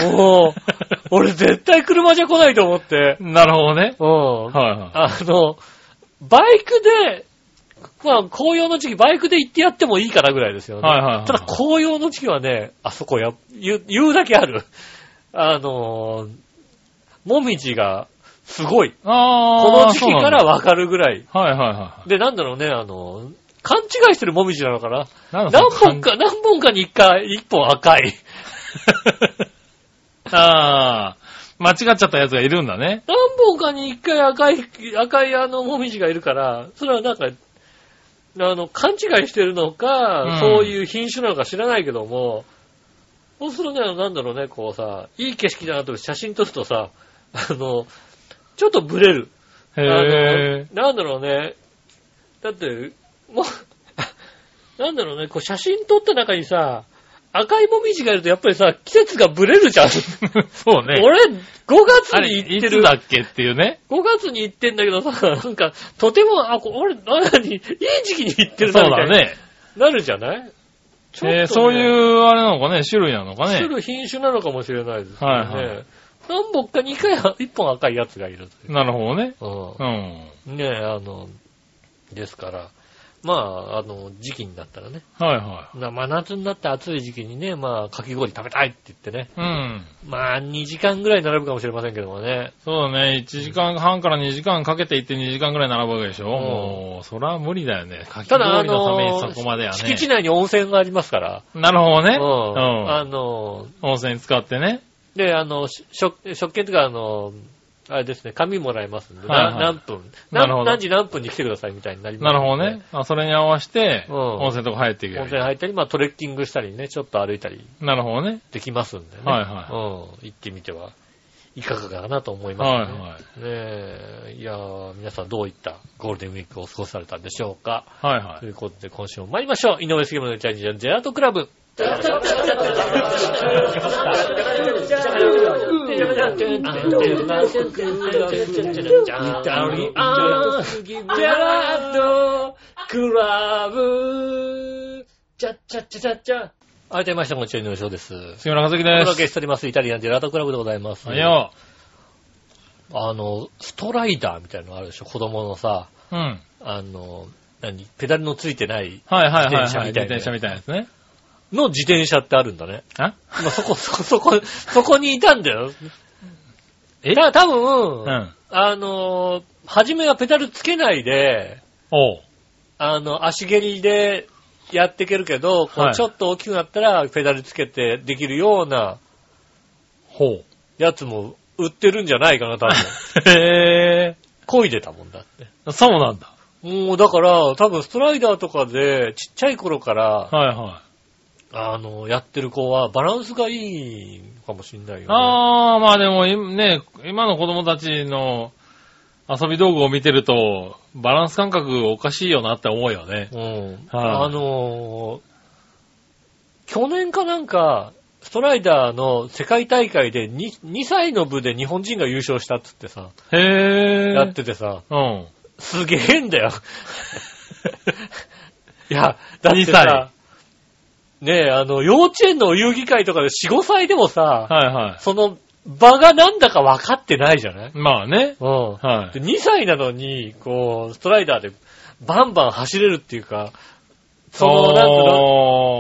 S2: もう、 俺絶対車じゃ来ないと思って
S3: い。。なるほどね。
S2: うん。
S3: はいは
S2: あの、バイクで、まあ、紅葉の時期、バイクで行ってやってもいいかなぐらいですよ
S3: い。
S2: ね。
S3: はいはいはい。
S2: ただ、紅葉の時期はね、あそこや、言う、言うだけある。あのー、もみじが、すごい。
S3: あ
S2: こ
S3: ー
S2: の時期か。
S3: そ
S2: ら
S3: うなんだ
S2: わかるぐらい。
S3: はいはいは。
S2: で、なんだろうね、あのー、勘違いしてるもみじなのかない
S3: なんだ
S2: 何
S3: その
S2: 本か、何本かに一回、一本赤 い。
S3: ああ、間違っちゃったやつがいるんだね。
S2: 何本かに一回赤い、赤いあの、もみじがいるから、それはなんか、あの、勘違いしてるのか、
S3: うん
S2: そういう品種なのか知らないけども、そうするとね、なんだろうね、こうさ、いい景色だなと写真撮るとさ、あの、ちょっとブレる。あ
S3: へえ。
S2: の、なんだろうね、だって、もう、 なんだろうね、こう写真撮った中にさ、赤いもみじがいるとやっぱりさ、季節がブレるじゃん。
S3: そうね。
S2: 俺、5月
S3: あれ、
S2: に行
S3: い
S2: って
S3: つ
S2: る。
S3: だっけっていうね。
S2: 5月に行ってんだけどさ、 なんか、とても、あ、こ俺、なに、いい時期に行って
S3: そ
S2: る
S3: う
S2: な、みた
S3: だ
S2: いな。
S3: ね。
S2: なるじゃないちょっとね
S3: えーそういう、あれなのかね、種類なのかね。
S2: 種類品種なのかもしれないですけどね。
S3: はいは
S2: 何本か2回、1本赤いやつがいるという
S3: なるほどね。
S2: う
S3: うん。
S2: ん。ねえ、あの、ですから、まあ、あの、時期になったらね、
S3: はいは
S2: な真夏になって暑い時期にね、まあ、かき氷食べたいって言ってね、
S3: い。うん。
S2: まあ、2時間ぐらい並ぶかもしれませんけどもね、
S3: そうだね。1時間半から2時間かけて行って2時間ぐらい並ぶわけでしょ。もう、それは無理だよね。かき
S2: ただ、あ
S3: 氷のため
S2: の
S3: にそこまではね
S2: 敷。地内に温泉がありますから、
S3: なるほどね。
S2: うん。
S3: う
S2: あの、
S3: ん。温泉使ってね。
S2: で、あの、し食、食券とか、あの、あれですね、紙もらえますんで、
S3: はいはい
S2: な何分
S3: なるほ
S2: 何、
S3: ど
S2: 何時何分に来てくださいみたいになりま
S3: な
S2: す、
S3: るほどね。。あそれに合わせて、
S2: うん
S3: 温泉とか入っていけ
S2: 温
S3: ば
S2: 泉
S3: い
S2: 入ったり、まあトレッキングしたりね、ちょっと歩いたり
S3: い。なるほどね。
S2: できますんでね。
S3: はいは
S2: うん、行ってみてはいかがかなと思い
S3: は
S2: ます
S3: い
S2: ね。
S3: はい。
S2: ねえ、いやー皆さんどういったゴールデンウィークを過ごされたんでしょうか。
S3: はいは
S2: ということで、今週も参りましょう。井上杉村のチャレンジャージェラートクラブ。改めまして、こんにちは、井上翔です。
S3: い。杉村和樹
S2: お
S3: で
S2: 届け
S3: す。
S2: しております、イタリアンジェラートクラブでございます。
S3: はいよ。
S2: あの、ストライダーみたいなのあるでしょ、子供のさ、
S3: うん。はい
S2: あの、何、ペダルのついてない
S3: はいはい、はい。
S2: 自転車み
S3: 自
S2: たいな
S3: 転車みたいなやつね。
S2: の自転車ってあるんだね。
S3: あ
S2: まあ、そこ、そこ、そこ、そこにいたんだよ。えだ、多分、
S3: うん。
S2: あのー、初めはペダルつけないで、
S3: おう。
S2: あの、足蹴りでやっていけるけど、こ
S3: は
S2: う
S3: い
S2: ちょっと大きくなったらペダルつけてできるような
S3: ほう。
S2: やつも売ってるんじゃないかな、多 分。
S3: へ
S2: 漕いでたもんだって。
S3: ぇー。そうなんだ。
S2: もうだから、多分ストライダーとかで、ちっちゃい頃から、
S3: はいはい。
S2: あの、やってる子はバランスがいいかもしんないよね。
S3: あー、まあでも、いね、今の子供たちの遊び道具を見てると、バランス感覚おかしいよなって思うよね。
S2: うん。
S3: はい
S2: あのー去年かなんか、ストライダーの世界大会で 2, 2歳の部で日本人が優勝したっつってさ、
S3: へぇー。
S2: やっててさ、
S3: うん。
S2: すげえん だよ。いや、だって
S3: 2歳
S2: さ、ねえ、あの、幼稚園のお遊戯会とかで4、5歳でもさ、
S3: はいは
S2: その場がなんだか分かってないじゃない
S3: い。まあね。
S2: うん。
S3: は
S2: で2
S3: い。
S2: 歳なのに、こう、ストライダーでバンバン走れるっていうか、その、なんていうの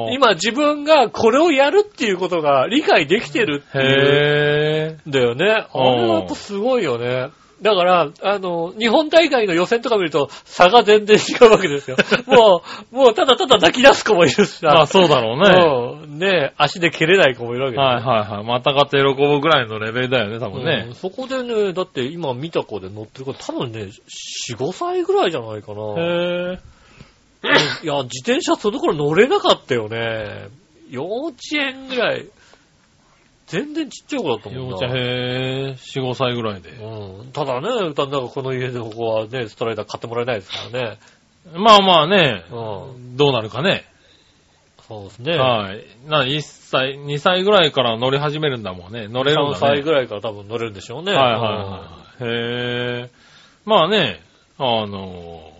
S3: の
S2: 今自分がこれをやるっていうことが理解できてるっていう
S3: へぇ
S2: んだよね。あれはやっぱすごいよね。だから、あの、日本大会の予選とか見ると差が全然違うわけです よ。もう、もうただただ泣き出す子もいるし
S3: ー。まあ
S2: さ。
S3: そうだろうね。
S2: うんね足で蹴れない子もいるわけ
S3: はい
S2: だ
S3: はいはい。また買って喜ぶぐらいのレベルだよね、多
S2: よ
S3: 分
S2: うん
S3: ね。
S2: そこでね、だって今見た子で乗ってる子、多分ね、4、5歳ぐらいじゃないかな。
S3: へぇー。
S2: いや、自転車その頃乗れなかったよね。幼稚園ぐらい。全然ちっちゃい子だったもん
S3: 幼
S2: な。
S3: 稚園、へぇー。4、5歳ぐらいで。
S2: うん。ただね、歌の中この家でここはね、ストライダー買ってもらえないですからね。
S3: まあまあね。
S2: う
S3: どうなるかね。
S2: そうですね。
S3: はい。な、1歳、2歳ぐらいから乗り始めるんだもんね。乗れるんだね。
S2: 3歳ぐらいから多分乗れるんでしょうね。
S3: はいはいはい。へえ。まあね、あのー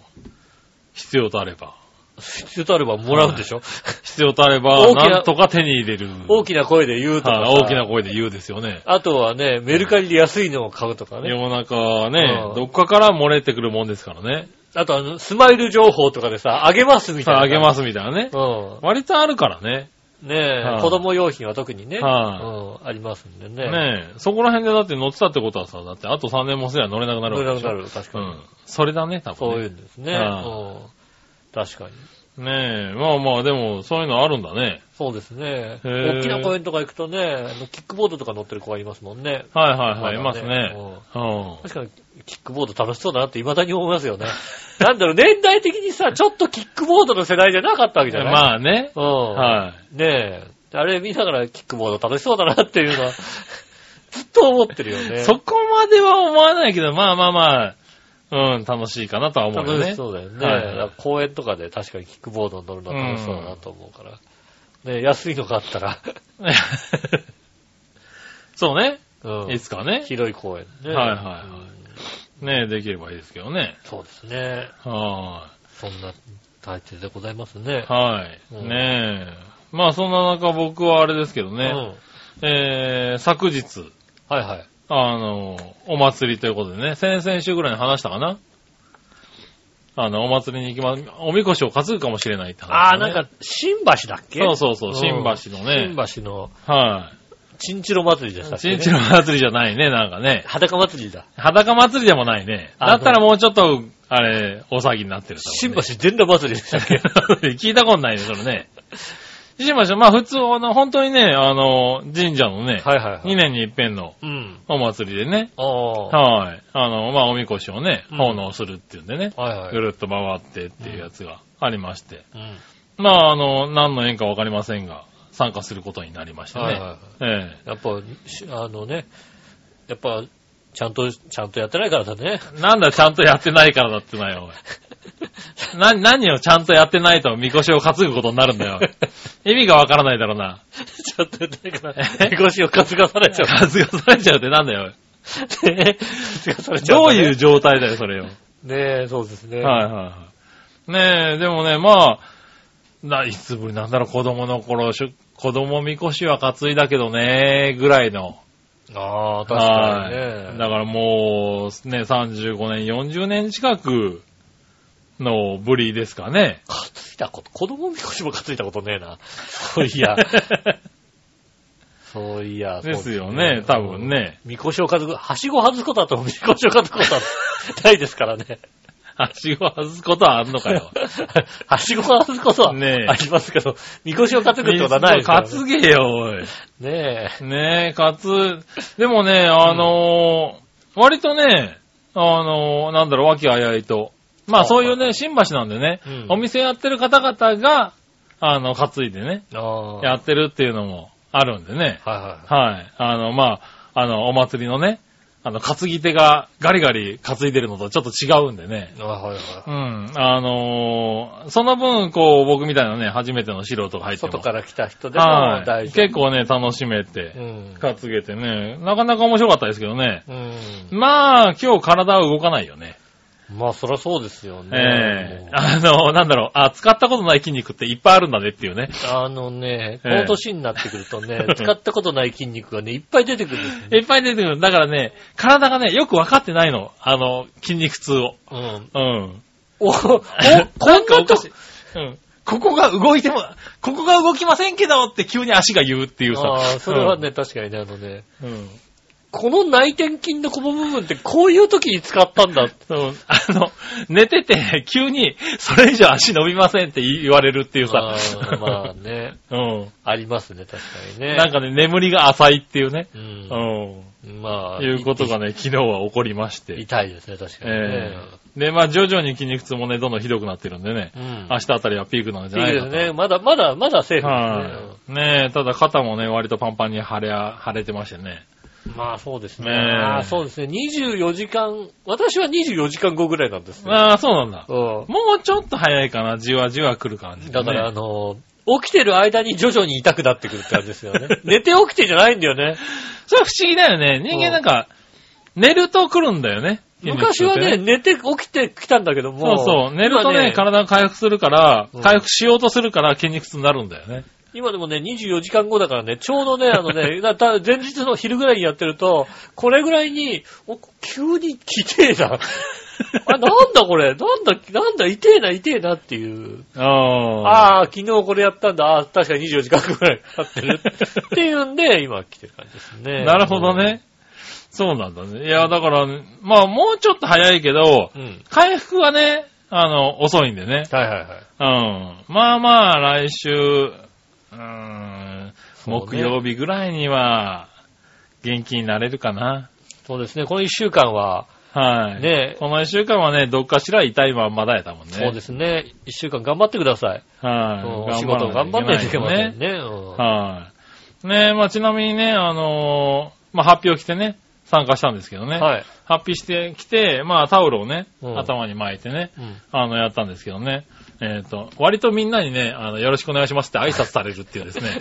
S3: 必要とあれば。
S2: うん必要とあればもらうんでしょ、
S3: 必要とあれば、
S2: 大きな
S3: なんとか手に入れる。
S2: 大きな声で言うとか
S3: は
S2: さ。
S3: い大きな声で言うですよね。
S2: あとはね、メルカリで安いのを買うとか
S3: 世
S2: ね。
S3: の中はね
S2: う、ん
S3: どっかから漏れてくるもんですからね。
S2: あとあの、スマイル情報とかでさ、あげますみた
S3: さ
S2: いな。
S3: あ、あげますみたいなね。
S2: うん。
S3: 割とあるからね。
S2: ねえ、
S3: はい
S2: 子供用品は特にね、
S3: は
S2: うん、ありますんでね。
S3: ねえ。そこら辺でだって乗ってたってことはさ、だってあと3年もすれば乗れなくなる
S2: 乗れ
S3: わ
S2: な
S3: け
S2: く
S3: でし
S2: な
S3: ょ。
S2: る、確
S3: う
S2: かに。
S3: ん。それだね、多
S2: そう
S3: 分
S2: い
S3: ね。
S2: うんですね、
S3: は
S2: うん確かに。
S3: ねえ。まあまあ、でも、そういうのあるんだね。
S2: そうですね。
S3: へー
S2: 大きな公園とか行くとね、あのキックボードとか乗ってる子がいますもんね。
S3: はいはいはい、い
S2: ま
S3: ま
S2: だ
S3: す
S2: ね
S3: ね。うん。
S2: 確かに、キックボード楽しそうだなって未だに思いますよね。 なんだろう、年代的にさ、ちょっとキックボードの世代じゃなかったわけじゃない
S3: まあね。
S2: うん。
S3: は
S2: ねえ。あれ見ながらキックボード楽しそうだなっていうのは、 ずっと思ってるよ
S3: い。
S2: ね。
S3: そこまでは思わないけど、まあまあまあ、うん、楽しいかなとは思うよ
S2: 楽し
S3: ね。
S2: そうだよね。
S3: はい
S2: だから公園とかで確かにキックボードに乗るのは楽しそうだなと思うから。ね、安いのがあったら、
S3: そうね。
S2: うん
S3: いつかね。
S2: 広い公園ね。
S3: はいはいはい
S2: うん
S3: ねできればいいですけどね。
S2: そうですね。
S3: は
S2: そんな体制でございますね
S3: い。。はい。
S2: うん
S3: ねえ。まあそんな中僕はあれですけど
S2: う
S3: ね。
S2: ん。
S3: えー、昨日、
S2: はいはい。
S3: あの、お祭りということでね、先々週ぐらいに話したかな。あの、お祭りに行きま、おみこしを担ぐかもしれないって話、
S2: ああ、なんか、、新橋だっけ
S3: そうそうそう、新橋のね。
S2: 新橋の、
S3: は
S2: チンチロ祭りでした
S3: い。
S2: っけね
S3: チンチロ祭りじゃないね、なんかね。
S2: 裸祭りだ。
S3: 裸祭りでもないね。
S2: あ
S3: だったらもうちょっと、あれ、大騒ぎになってる、
S2: 新
S3: 多
S2: 橋全裸祭りでしたっけ
S3: 分ね 聞いたことないね、それね。新橋、まあ普通、あの、本当にね、あの、神社のね、
S2: はいはいはい。
S3: 2年に一遍の
S2: うん。
S3: お祭りでね、
S2: ああ。は
S3: はい。あの、まあおみこしをね、
S2: うん
S3: 奉納するっていうんでね、
S2: いはい
S3: ぐ。るっと回ってっていうやつがありまして。
S2: うん
S3: まああの、何の縁かわかりませんが、参加することになりましてね。
S2: はいはいはい
S3: ええ
S2: やっぱ、しあのね、やっぱ、ちゃんと、ちゃんとやってないからだね。
S3: なんだ、ちゃんとやってないからだってな よ、おい。な、何をちゃんとやってないと、みこしを担ぐことになるんだよ。 意味がわからないだろうな。
S2: ちゃんとやってないから、みこしを担がされちゃ
S3: 担がされちゃうってなん だよ。
S2: う。ね担がされちゃうん
S3: どう
S2: だね、
S3: いう状態だよ、それよ。
S2: ねえ、そうですね。
S3: はいはいはい。ねえ、でもね、まあ、な、いつぶりなんだろう、子供の頃、しゅ子供みこしは担いだけどね、ぐらいの。
S2: ああ、確かに
S3: はい
S2: ね。
S3: だからもう、ね、35年、40年近くのぶりですかね。
S2: 担いだこと、子供みこしも担いだことねえな。そうい や、 そういや、
S3: ですよね、多分。ね。
S2: みこしを担ぐ、はしご外すこと だと、みこしを担ぐことはないですからね。
S3: はしご外すことはあんのかよ。
S2: はしご外すことは
S3: ねえ
S2: ありますけど、みこしを担ぐってことはないですからね。
S3: 担げよ、おい。
S2: ねえ。
S3: ねえ、かつ、でもね、あのー割とね、あのーなんだろう、和気あいあいと。まあ
S2: あ
S3: そういう
S2: は
S3: ね、新橋なんでね、
S2: うん
S3: お店やってる方々が、あの、担いでね、
S2: ああ。
S3: やってるっていうのもあるんでね。
S2: はいはい。
S3: はい。あの、まあ、あの、お祭りのね、あの、担ぎ手がガリガリ担いでるのとちょっと違うんでね。
S2: ああはいはい。
S3: うん。あのーその分、こう、僕みたいなね、初めての素人が入っても
S2: 外から来た人でも
S3: は
S2: 大
S3: い。
S2: 丈夫。
S3: 結構ね、楽しめて。
S2: うん。
S3: 担げてね、なかなか面白かったですけどね。
S2: うん。
S3: まあ、今日体は動かないよね。
S2: まあ、そりゃそうですよ
S3: ええ
S2: ね。
S3: あの、なんだろう、あ、使ったことない筋肉っていっぱいあるんだねっていうね。
S2: あのね、こ
S3: ええ
S2: の年になってくると ね、使ったことない筋肉がね、いっぱい出てくるんですよね。
S3: いっぱい出てくる。だからね、体がね、よくわかってないの。あの、筋肉痛を。
S2: うん。
S3: うん。
S2: お、お、こ
S3: なん
S2: ん
S3: か
S2: な
S3: お
S2: と
S3: かしい。うん。ここが動いても、ここが動きませんけどって急に足が言うっていうさ。
S2: ああ、それはね、確かにね、あのね、
S3: うん。うん。
S2: この内転筋のこの部分ってこういう時に使ったんだ。
S3: そう、あの、寝てて、急に、それ以上足伸びませんって言われるっていうさ。
S2: ああまあね、
S3: うん。
S2: ありますね、確かにね。
S3: なんかね、眠りが浅いっていうね。
S2: う。
S3: うん
S2: ま
S3: ん。
S2: あ、
S3: いうことがね、昨日は起こりまして。
S2: 痛いですね、確かに
S3: え
S2: ね。
S3: えで、まあ徐々に筋肉痛もね、どんどんひどくなってるんでね
S2: う。ん。
S3: 明日あたりはピークなんじゃ
S2: い
S3: ないい
S2: で
S3: か
S2: す
S3: と。
S2: ね。まだ、まだ、まだセーフですね
S3: はい。ねえ、ただ肩もね、割とパンパンに腫れや、腫れてましてね。
S2: うん。まあそうですね。
S3: ねえ
S2: ああそうですね。24時間、私は24時間後ぐらいなんですね。
S3: ああ、そうなんだ。
S2: う
S3: もうちょっと早いかな、じわじわ来る感じ、
S2: ん。
S3: ね。
S2: だ から、あの、起きてる間に徐々に痛くなってくるって感じですよね。 寝て起きてじゃないんだよね。
S3: それは不思議だよね。人間なんか、寝ると来るんだよね。筋肉
S2: 昔
S3: 痛っ
S2: はね、、
S3: て
S2: 寝て起きてきたんだけど
S3: そ
S2: も。
S3: うそう。寝ると
S2: 今
S3: ね、体が回復するから
S2: うん、
S3: 回復しようとするから筋肉痛になるんだよね。
S2: 今でもね、24時間後だからね、ちょうどね、あのね、 だた前日の昼ぐらいにやってると、これぐらいに、お急にきてえ な。あ、なんだこれ、なんだ、なんだ、痛えな、痛えなっていう。
S3: ああ。
S2: ああ、昨日これやったんだ、ああ、確かに24時間ぐらい経ってる。っていうんで、今来てる感じですね。
S3: なるほど。ね。そうなんだね。いや、だから、まあ、もうちょっと早いけど、
S2: うん。
S3: 回復はね、あの、遅いんでね。
S2: はいはいはい。
S3: うん。まあまあ、来週、うーん、
S2: そうね
S3: 木曜日ぐらいには、元気になれるかな。
S2: そうですね、この1週間は、
S3: はい。
S2: ね
S3: この一週間はね、どっかしら痛いまんまだやったもんね。
S2: そうですね、1週間頑張ってください。うん
S3: はい。
S2: お仕事頑張んないといけません
S3: ね。
S2: ね。うん
S3: はい。ねえ、まあちなみにね、あのーまあ、ハッピーを着てね、参加したんですけどね。
S2: はい。
S3: ハッピーしてきて、まあタオルをね、
S2: うん
S3: 頭に巻いてね、
S2: うん
S3: あの、やったんですけどね。えっ、と、割とみんなにね、あの、よろしくお願いしますって挨拶されるっていうですね。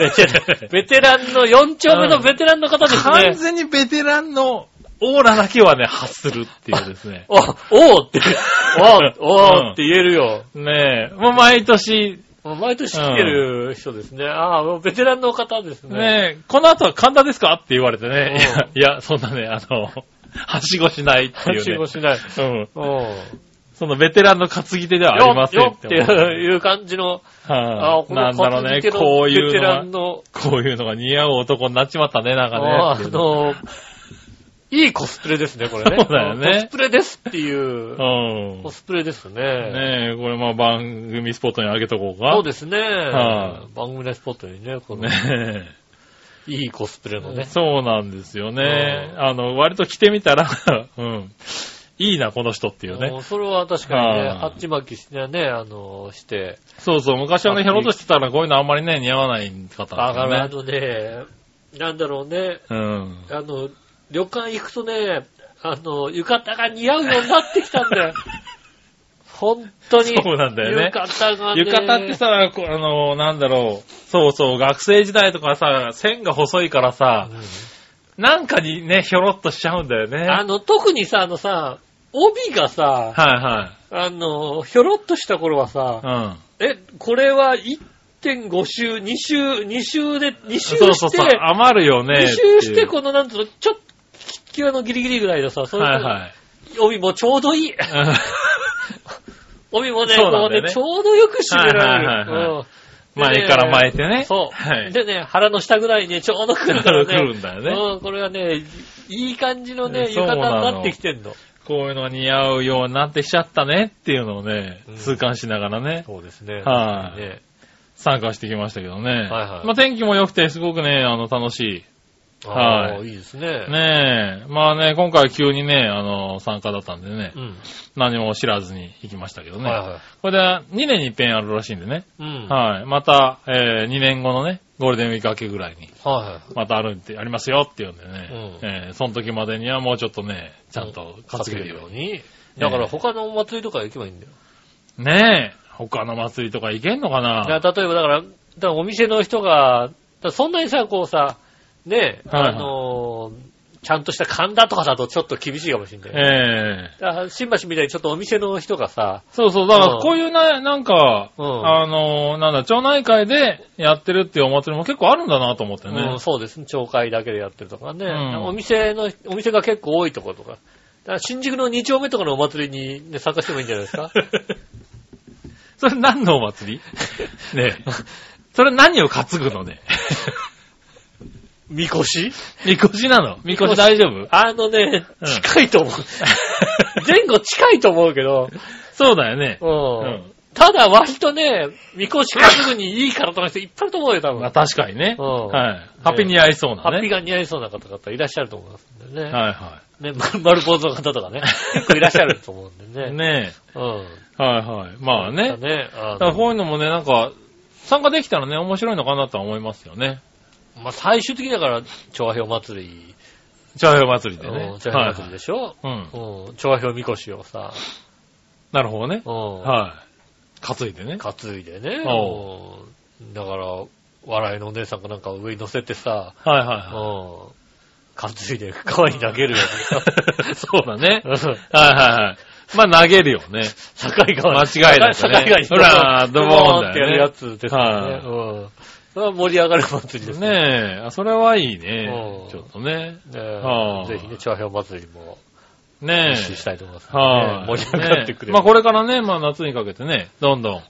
S2: ベテランベテランの、4丁目のベテランの方です
S3: 完
S2: ね。。
S3: 全にベテランのオーラだけはね、発するっていうですね
S2: お、おーって、おー、おーって言えるよ。
S3: ねえ、もう毎年、
S2: もう毎年来てる人ですね。ああ、もうベテランの方ですね。
S3: ねえ、この後は神田ですかって言われてね、
S2: う
S3: いや、いやそんなね、あの、はしごしないっていう
S2: 発信
S3: ね
S2: も。しない。
S3: うん。
S2: うん。
S3: そのベテランの担ぎ手ではありません
S2: よっ
S3: っ
S2: って
S3: て
S2: い
S3: 思う。
S2: ういう感じの、あ
S3: は
S2: あ、
S3: いなんだろうね、
S2: 担ぎ手の
S3: こういう
S2: ベテ
S3: の
S2: ラ
S3: が
S2: ン、の、
S3: こういうのが似合う男になっちまったね、なんかね。
S2: あ
S3: っ
S2: あ
S3: ていうね
S2: の、いいコスプレですね、これね。
S3: そうだよね
S2: コスプレですっていう、
S3: うん
S2: コ。スプレですね。
S3: ねえ、これまあ番組スポットに上げとこうか。
S2: そうですね。番
S3: は
S2: 組のスポットにね、この、
S3: ね
S2: いいコスプレの
S3: え。
S2: ね。
S3: そうなんですよね。
S2: うん
S3: あの、割と着てみたら、 うん。いいな、この人っていう
S2: も
S3: ね。
S2: うそれは確かにね、
S3: はい
S2: ハッチ巻きしてね、あの、して、
S3: そうそう、昔はね、ひょろっとしてたらこういうのあんまりね、似合わない方
S2: あ
S3: だ
S2: のあ
S3: ったね。
S2: のね、なんだろうね、
S3: うん。
S2: あの、旅館行くとね、あの、浴衣が似合うようになってきたん だよ。本当に。
S3: そうなんだよね
S2: 浴衣がね。
S3: 浴衣ってさ、こあの、なんだろう。そうそう、学生時代とかさ、線が細いからさ、なんかにね、ひょろっとしちゃうんだよね。
S2: うん、あ
S3: はい
S2: の、特にさ、あのさ、帯がさ、
S3: は
S2: あの、ひょろっとした頃はさ、
S3: い。うん。
S2: え、これは1.5周、2周、2周で、2周して、
S3: そうそうそう、余るよね。
S2: 2周して、
S3: っ
S2: この、なんつうの、ちょっと、際のギリギリぐらいのさ、
S3: て
S2: そ
S3: いうう
S2: いう、
S3: はいはい。
S2: 帯もちょうどいい。
S3: うん
S2: 帯もね、
S3: そうな
S2: こ
S3: ん
S2: う
S3: だよね
S2: ね、ちょうどよく締められる。
S3: はいはいはいはい
S2: うん
S3: 前から巻いてね。
S2: そう、
S3: はい。
S2: でね、腹の下ぐらいにね、ちょうど来るからね。
S3: 来るんだよね
S2: うん、これはね、いい感じのね、浴
S3: そうな
S2: 衣
S3: の
S2: になってきてんの。
S3: こういうのが似合うようになってきちゃったねっていうのをね
S2: う、ん
S3: 痛感しながらね、
S2: そうですね。
S3: はい
S2: 確かにね
S3: 参加してきましたけどね。
S2: はい
S3: まあ天気も良くて、すごくね、あの、楽しはい
S2: ああ、いいですね。
S3: い。ねえ。まあね、今回は急にね、あの、参加だったんでね
S2: う、ん。
S3: 何も知らずに行きましたけどね。
S2: はいはい。
S3: これで2年に一遍あるらしいんでね。
S2: うん。はい
S3: はい。また、えー、2年後のね、ゴールデンウィーク明けぐらいに、
S2: は
S3: またあるって、ありますよっていうんでね、
S2: うん
S3: えー、その時までにはもうちょっとね、
S2: い。
S3: ちゃんと担
S2: 担
S3: げ
S2: げ
S3: る
S2: る
S3: よう
S2: よ
S3: に
S2: う。に。だから他のお祭りとか行けばいいんだよ。
S3: ねえ、他の祭りとか行けんのか
S2: いや
S3: な
S2: 例えばだから、だからお店の人が、だからそんなにさ、こうさ、ね、
S3: はいはい
S2: あのーちゃんとした神田とかだとちょっと厳しいかもしれない。
S3: ええ
S2: だから新橋みたいにちょっとお店の人がさ、
S3: そうそう、だから
S2: うん
S3: こういうな、なんか、
S2: うん
S3: あのーなんだ、町内会でやってるっていうお祭りも結構あるんだなと思ってね。
S2: うんそうですね、町会だけでやってるとかね、
S3: うん
S2: お店の、お店が結構多いとことか、だから新宿の2丁目とかのお祭りに、ね、参加してもいいんじゃないですか
S3: それ何の お祭り ねえそれ何を担ぐのね。
S2: みこし
S3: みこしなのみこし大丈夫
S2: あのね、
S3: うん
S2: 近いと 思う。前後近いと思うけど、
S3: そうだよね。う
S2: うん。
S3: ん。
S2: ただ割とね、みこし担ぐにいい体の人いっぱいいると思うよ、多分。
S3: まあ確かにね。
S2: うん
S3: はい。ハッピーに合いそうな
S2: ハッピー
S3: ね。
S2: が似合いそうな方々いらっしゃると思いますんでね。
S3: はいは
S2: ね、丸丸坊主の方と かね、結構いらっしゃると思うんでね。
S3: い。ね
S2: うん。
S3: え。はいはい。まあね。
S2: だね、あ
S3: だから
S2: の
S3: こういうのもね、なんか、参加できたらね、面白いのかなとは思いますよね。
S2: まあ、最終的にだから、調和表祭り、
S3: チャーヘ祭りで
S2: う
S3: ね
S2: ん。調和表祭りでしょ、
S3: はいはいうん。
S2: うん。調和表みこしをさ、
S3: なるほどね。
S2: うん。
S3: はい。担いでね。
S2: 担いでね、
S3: お
S2: うんだから、笑いのお姉さんかなんかを上に乗せてさ、
S3: はいうは
S2: ん。担いで川に投げるよ
S3: いはい。 そうだね。
S2: うにさ。うん
S3: はいはいはい。まあ投げるよね。
S2: 境川
S3: 間違いな
S2: 境
S3: くね
S2: 川に。
S3: ほらドボー
S2: っ
S3: ンだよね
S2: てやるやつです
S3: は
S2: ね
S3: い。
S2: うん。それは盛り上がる祭りですね。
S3: ねえ、あそれはいいね
S2: う。ん
S3: ちょっとね。
S2: ね
S3: はい
S2: ぜひね、長編祭りも
S3: ね
S2: 実施し
S3: え。
S2: たいと思います。
S3: はい。
S2: ね盛り上がってくれ
S3: ねえ
S2: る。
S3: まあこれからね、まあ夏にかけてね、どんどん、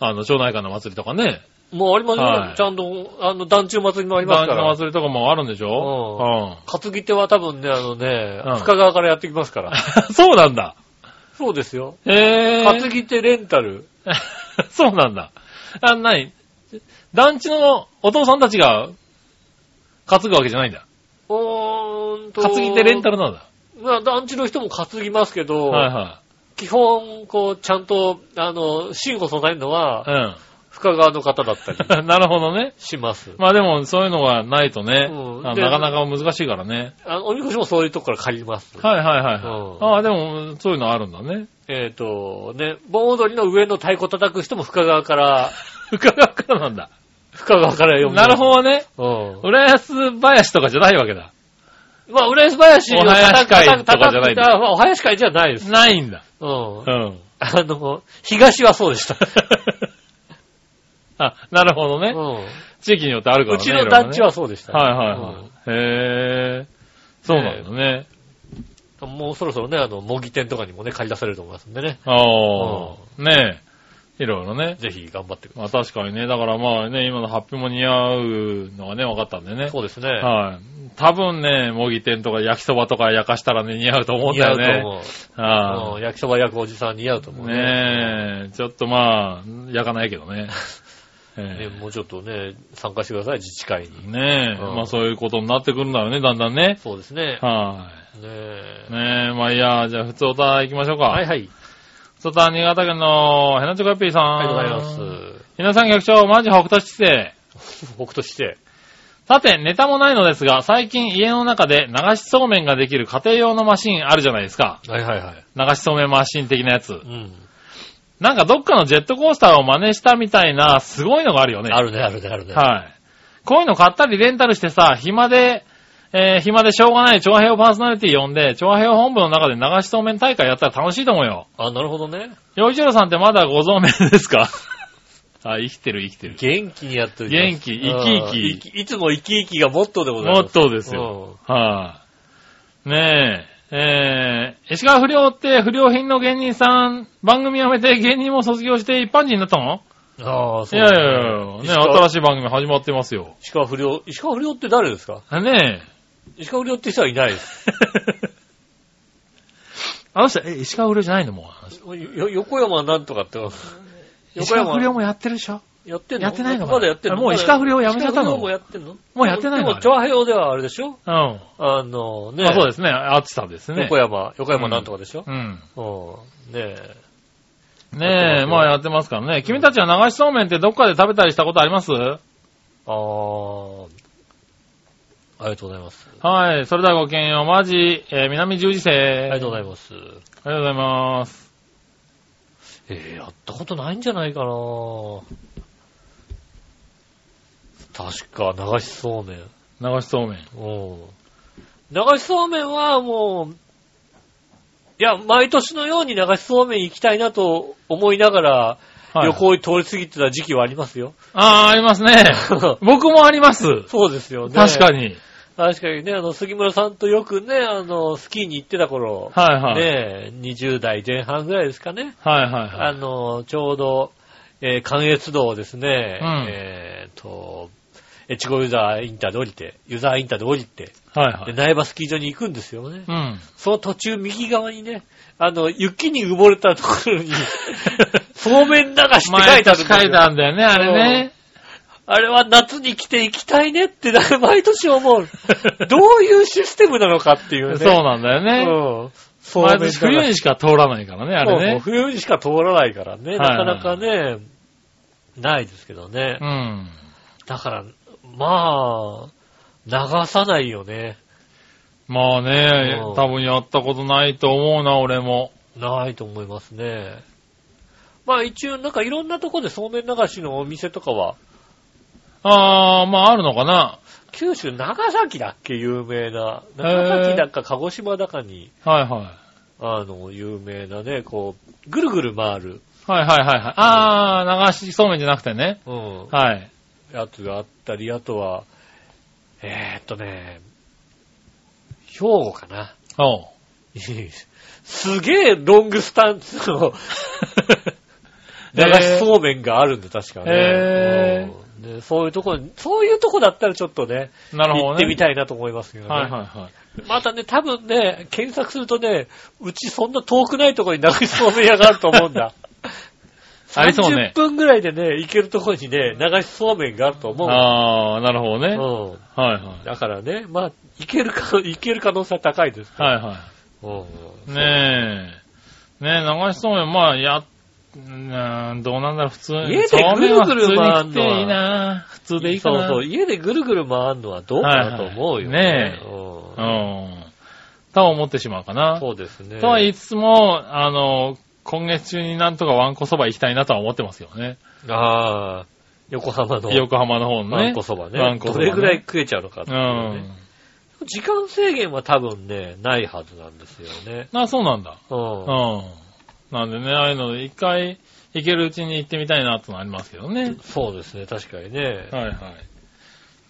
S3: あの、町内会の祭りとかね、
S2: もうありますよ、
S3: はい
S2: ちゃんと、あの、団中祭りもあります
S3: 団
S2: か
S3: 地の
S2: ら。
S3: 祭りとかもあるんでしょ
S2: 担ぎ手は多分ね、あのね、
S3: うん
S2: 深川からやってきます から。
S3: うん。そうなんだ。
S2: そうですよ。
S3: へえ。
S2: 担ぎ手レンタル。
S3: そうなんだ。あ、なに団地のお父さんたちが担ぐわけじゃないんだ。
S2: うーんと。
S3: 担ぎ手レンタ
S2: ル。
S3: ルなんだ。
S2: まあ、団地の人も担ぎますけど、
S3: はいは
S2: 基本、こう、ちゃんと、あの、信を備えるのは、深川の方だったり
S3: い。うん。な るほどね。
S2: します。
S3: まあでもそういうのがないとね、
S2: うん
S3: あの
S2: で
S3: なかなか難しいからね。
S2: あのおみこしもそういうとこから借ります。
S3: はいはいはい。
S2: うん
S3: ああ、でもそういうのあるんだね。
S2: えっ、と、ね、盆踊りの上の太鼓叩く人も深川 から、
S3: 伺うからなんだ。
S2: 深川から読む。
S3: なるほどね。
S2: ど。
S3: 浦安林とかじゃないわけだ。
S2: うん。まあ、浦安林を
S3: お囃子会とかじゃないん
S2: 叩
S3: だ
S2: く叩く叩くたまあお囃子会じゃないです。
S3: ないんだ。
S2: う。
S3: うんん。
S2: あの、東はそうでした。
S3: あ、なるほど
S2: う
S3: ね。
S2: ん。
S3: 地域によってあるから
S2: う
S3: ね。
S2: ちの団地
S3: いろい
S2: は
S3: ろね
S2: そうでした。
S3: はいはいはい。へえ。そうなんだね。
S2: うんもうそろそろね、あの、模擬店とかにもね、借り出されると思いますんでね。
S3: ああ。ねえ。いろいろね。
S2: ぜひ頑張ってくだ
S3: まあ確かにね、だからまあね、今の発表も似合うのがね、分かったんで
S2: さい。
S3: ね。
S2: そうですね。
S3: はい。多分ね、模擬店とか焼きそばとか焼かしたらね、似合うと思うん
S2: 似
S3: だ
S2: 合
S3: よ
S2: う
S3: ね。
S2: と思う。
S3: は
S2: うん焼きそば焼くおじさん似合うと思
S3: い。
S2: う
S3: ねえ、ちょっとまあ、焼かないけど ね。
S2: ね
S3: え
S2: もうちょっとね、参加してください、自治会
S3: え
S2: に。
S3: ねえ、
S2: うん
S3: まあそういうことになってくるんだろうね、だんだんね。
S2: そうですね。
S3: は
S2: ねえ
S3: い。ねえ、まあいいや、じゃあ、普通おた行きましょうか。
S2: はいはい。
S3: そた、新潟県の、ヘナチョコヨッピーさん。
S2: ありがとうございま
S3: 皆さん、局長、マジ北斗七星。
S2: す。北斗して。
S3: さて、ネタもないのですが、最近家の中で流しそうめんができる家庭用のマシンあるじゃないですか。
S2: はいはいはい。
S3: 流しそうめんマシン的なやつ
S2: う。ん。
S3: なんかどっかのジェットコースターを真似したみたいな、すごいのがあるよね。
S2: あるね、あるね、あるね。
S3: はい。こういうの買ったりレンタルしてさ、暇で、えー暇でしょうがない調和平パーソナリティ呼んで、調和平本部の中で流しそうめん大会やったら楽しいと思うよ。
S2: あ、なるほどね。
S3: 洋一郎さんってまだご存命ですかあ、生きてる生きてる。
S2: 元気にやっております
S3: 元気生き生き
S2: うんいつも生き生きがモットーでございます。
S3: もっとですよ。はい、ねえ。えー、石川不良って不良品の芸人さん、番組辞めて芸人も卒業して一般人になったの
S2: うん。ああ、
S3: い
S2: そう
S3: や
S2: だ
S3: い
S2: ね
S3: やいや、ね、
S2: 石川
S3: 新しい番組始まってますよ。
S2: 石川不良、石川不良って誰ですか
S3: ねえ。
S2: 石川不良って人はいないです。
S3: あの人、え、石川不良じゃないのもうあの人。
S2: よ横山なんとかって。
S3: 石
S2: 横
S3: 川不良
S2: 山
S3: もやってるでしょ
S2: やってんの
S3: やってないのかな
S2: まだやってんの
S3: もう石川不良やめちゃった
S2: 石川
S3: の
S2: 不良もやってんの
S3: もうやってないの
S2: でも、長平ではあれでしょ
S3: うん。ま
S2: あのね、
S3: あそうですね。暑さですね
S2: 横。山、横山なんとかでしょ
S3: うん。
S2: うん。ねえ。
S3: ねえ、まあやってますからね。君たちは流しそうめんってどっかで食べたりしたことあります
S2: あー。ありがとうございます。
S3: はい。それではごきげんよう。マジ、えー南十字星。
S2: あ
S3: あ
S2: りがとうござい
S3: ま
S2: ます。
S3: す。ありがとうございます。
S2: えー、やったことないんじゃないかな確か、流しそうめん。
S3: 流しそうめん。
S2: うん。流しそうめんはもう、いや、毎年のように流しそうめん行きたいなと思いながら、
S3: はい
S2: 旅行に通り過ぎてた時期はあります よ。
S3: ああ、ありますね。僕もあります。
S2: そうですよね。
S3: 確か
S2: に。
S3: に。
S2: 確かにね、あの、杉村さんとよくね、あの、スキーに行ってた頃、
S3: はいはい。
S2: ね、20代前半ぐらいですかね。
S3: はいはいはい。
S2: あの、ちょうど、えー関越道をですね、
S3: うん
S2: えっ、と、越後ユーザーインターで降りて、ユーザーインターで降りて、
S3: はいは
S2: で、
S3: い。
S2: 苗場スキー場に行くんですよね
S3: う。ん。
S2: その途中右側にね、あの、雪に埋もれたとこ ろに、そうめん流しって書いてあるん
S3: 前
S2: です
S3: 確
S2: よ。
S3: か書いてあるんだよね、あれね。
S2: あれは夏に来て行きたいねって、だから毎年思う。どういうシステムなのかっていうね。
S3: そうなんだよね。
S2: うん。そうめ
S3: 毎
S2: ん流
S3: 年
S2: し。
S3: 冬にしか通らないからね、あ
S2: そう
S3: れ
S2: そう
S3: ね。
S2: 冬にしか通らないからね。
S3: い
S2: なかなかね、ないですけどね
S3: う。ん。
S2: だから、まあ、流さないよね。
S3: まあね
S2: うん、
S3: 多分やったことないと思うな、俺も。
S2: ないと思いますね。まあ一応、なんかいろんなとこでそうめん流しのお店とかは、
S3: ああ、まああるのかな。
S2: 九州、長崎だっけ有名な。長崎だか鹿児島だかに、
S3: はいはい。
S2: あの、有名なね、こう、ぐるぐる回る、
S3: はいはいはいはい。ああ、流しそうめんじゃなくてね。
S2: うん、
S3: はい。
S2: やつがあったり、あとは、えー、っとね、兵庫かな。
S3: おう。
S2: すげえロングスタンス の流しそうめんがあるんで、確かね、
S3: へ
S2: うんで。そういうとこ、そういうとこだったらちょっとね、
S3: なる
S2: 行
S3: ほどね。
S2: ってみたいなと思いますけどね。
S3: はいはいはい。
S2: またね、多分ね、検索するとね、うちそんな遠くないところに流しそうめん屋があると思うんだ。
S3: ありそうね
S2: 30分ぐらいでね、行けるところにね、流しそうめんがあると思う。
S3: ああ、なるほどね。
S2: うん
S3: はいはい。
S2: だからね、まあ、行けるか、行ける可能性は高いです。
S3: はいは
S2: うん
S3: い。ねえ。ねえ、流しそうめん、まあ、や、うーんどうなんだろう、普通に。
S2: 家で
S3: そうめんは普通に
S2: ぐるぐる回ん
S3: 来
S2: のは
S3: ていいな普通でいいかな。
S2: そうそう、家でぐるぐる回るのはどうかなと思うよ
S3: はいはいねえ
S2: う
S3: うんん。とは思ってしまうかな。
S2: そうですね。
S3: とは言いつつも、あの、今月中になんとかワンコそば行きたいなとは思ってますよね。
S2: ああ、横浜の
S3: 横浜の方のね。
S2: わんこそばね。
S3: わんこそば
S2: ど
S3: ね
S2: れぐらい食えちゃうのかって
S3: う
S2: いうね
S3: ん。
S2: 時間制限は多分ね、ないはずなんですよね。
S3: あ、そうなんだ。
S2: うん。
S3: うん。なんでね、ああいうので一回行けるうちに行ってみたいなってのありますけどね。
S2: そうですね、確かにね。
S3: はいはい。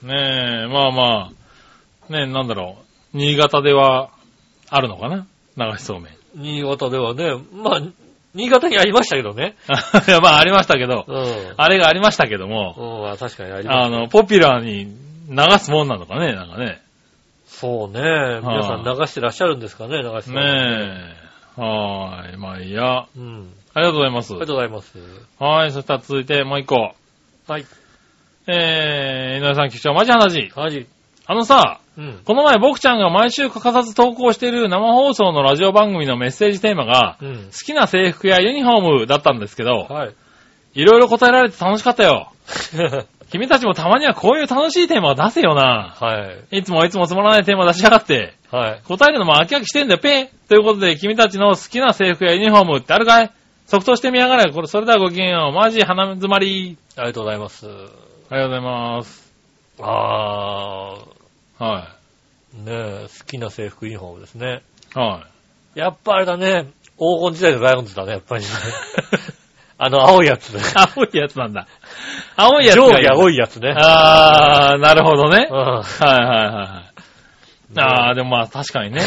S3: ねえ、まあまあ、ねえ、なんだろう。新潟では、あるのかな流しそうめん。
S2: 新潟ではね、まあ、新潟にありましたけどね。
S3: いやまあ、ありましたけど
S2: う、ん。
S3: あれがありましたけども、
S2: うん、あ確かにありま
S3: あの、ポピュラーに流すもんなのかね、なんかね。
S2: す。そうね。皆さん流してらっしゃるんですかね、流して
S3: ねえ。はーい。まあいいや。あ
S2: え。うん。
S3: りがとうございます
S2: あり。がとうございます。
S3: はい。そしたら続いてもう一個。
S2: はい。
S3: えー、井上さん、局長、マジ話。
S2: はい。
S3: あのさ、
S2: うん。
S3: この前僕ちゃんが毎週欠かさず投稿している生放送のラジオ番組のメッセージテーマが、
S2: うん
S3: 好。きな制服やユニフォームだったんですけど、
S2: はい。
S3: いろいろ答えられて楽しかったよ。君たちもたまにはこういう楽しいテーマを出せよな。
S2: はい。
S3: いつもいつもつまらないテーマ出しやがって。
S2: はい。
S3: 答えるのも飽き飽きしてんだよ、ペということで、君たちの好きな制服やユニフォームってあるかい即答してみやがれ。これ、それではごきげんよう。マジ鼻詰まり。
S2: ありがとうございます。
S3: ありがとうございます。
S2: あ
S3: は
S2: ー、ねえ、好きな制服ユニフォームですね。
S3: い。 は
S2: やっぱあれだね、黄金時代のライオンズだね、やっ ぱりね。あの、青いやつね。
S3: い。青いやつなんだ。青いやつ
S2: 上
S3: がいい。
S2: 下青
S3: い。
S2: いやつ ね。
S3: あー、なるほどね。
S2: うん。
S3: はいはいはいはい。あー、でもまあ確かにね。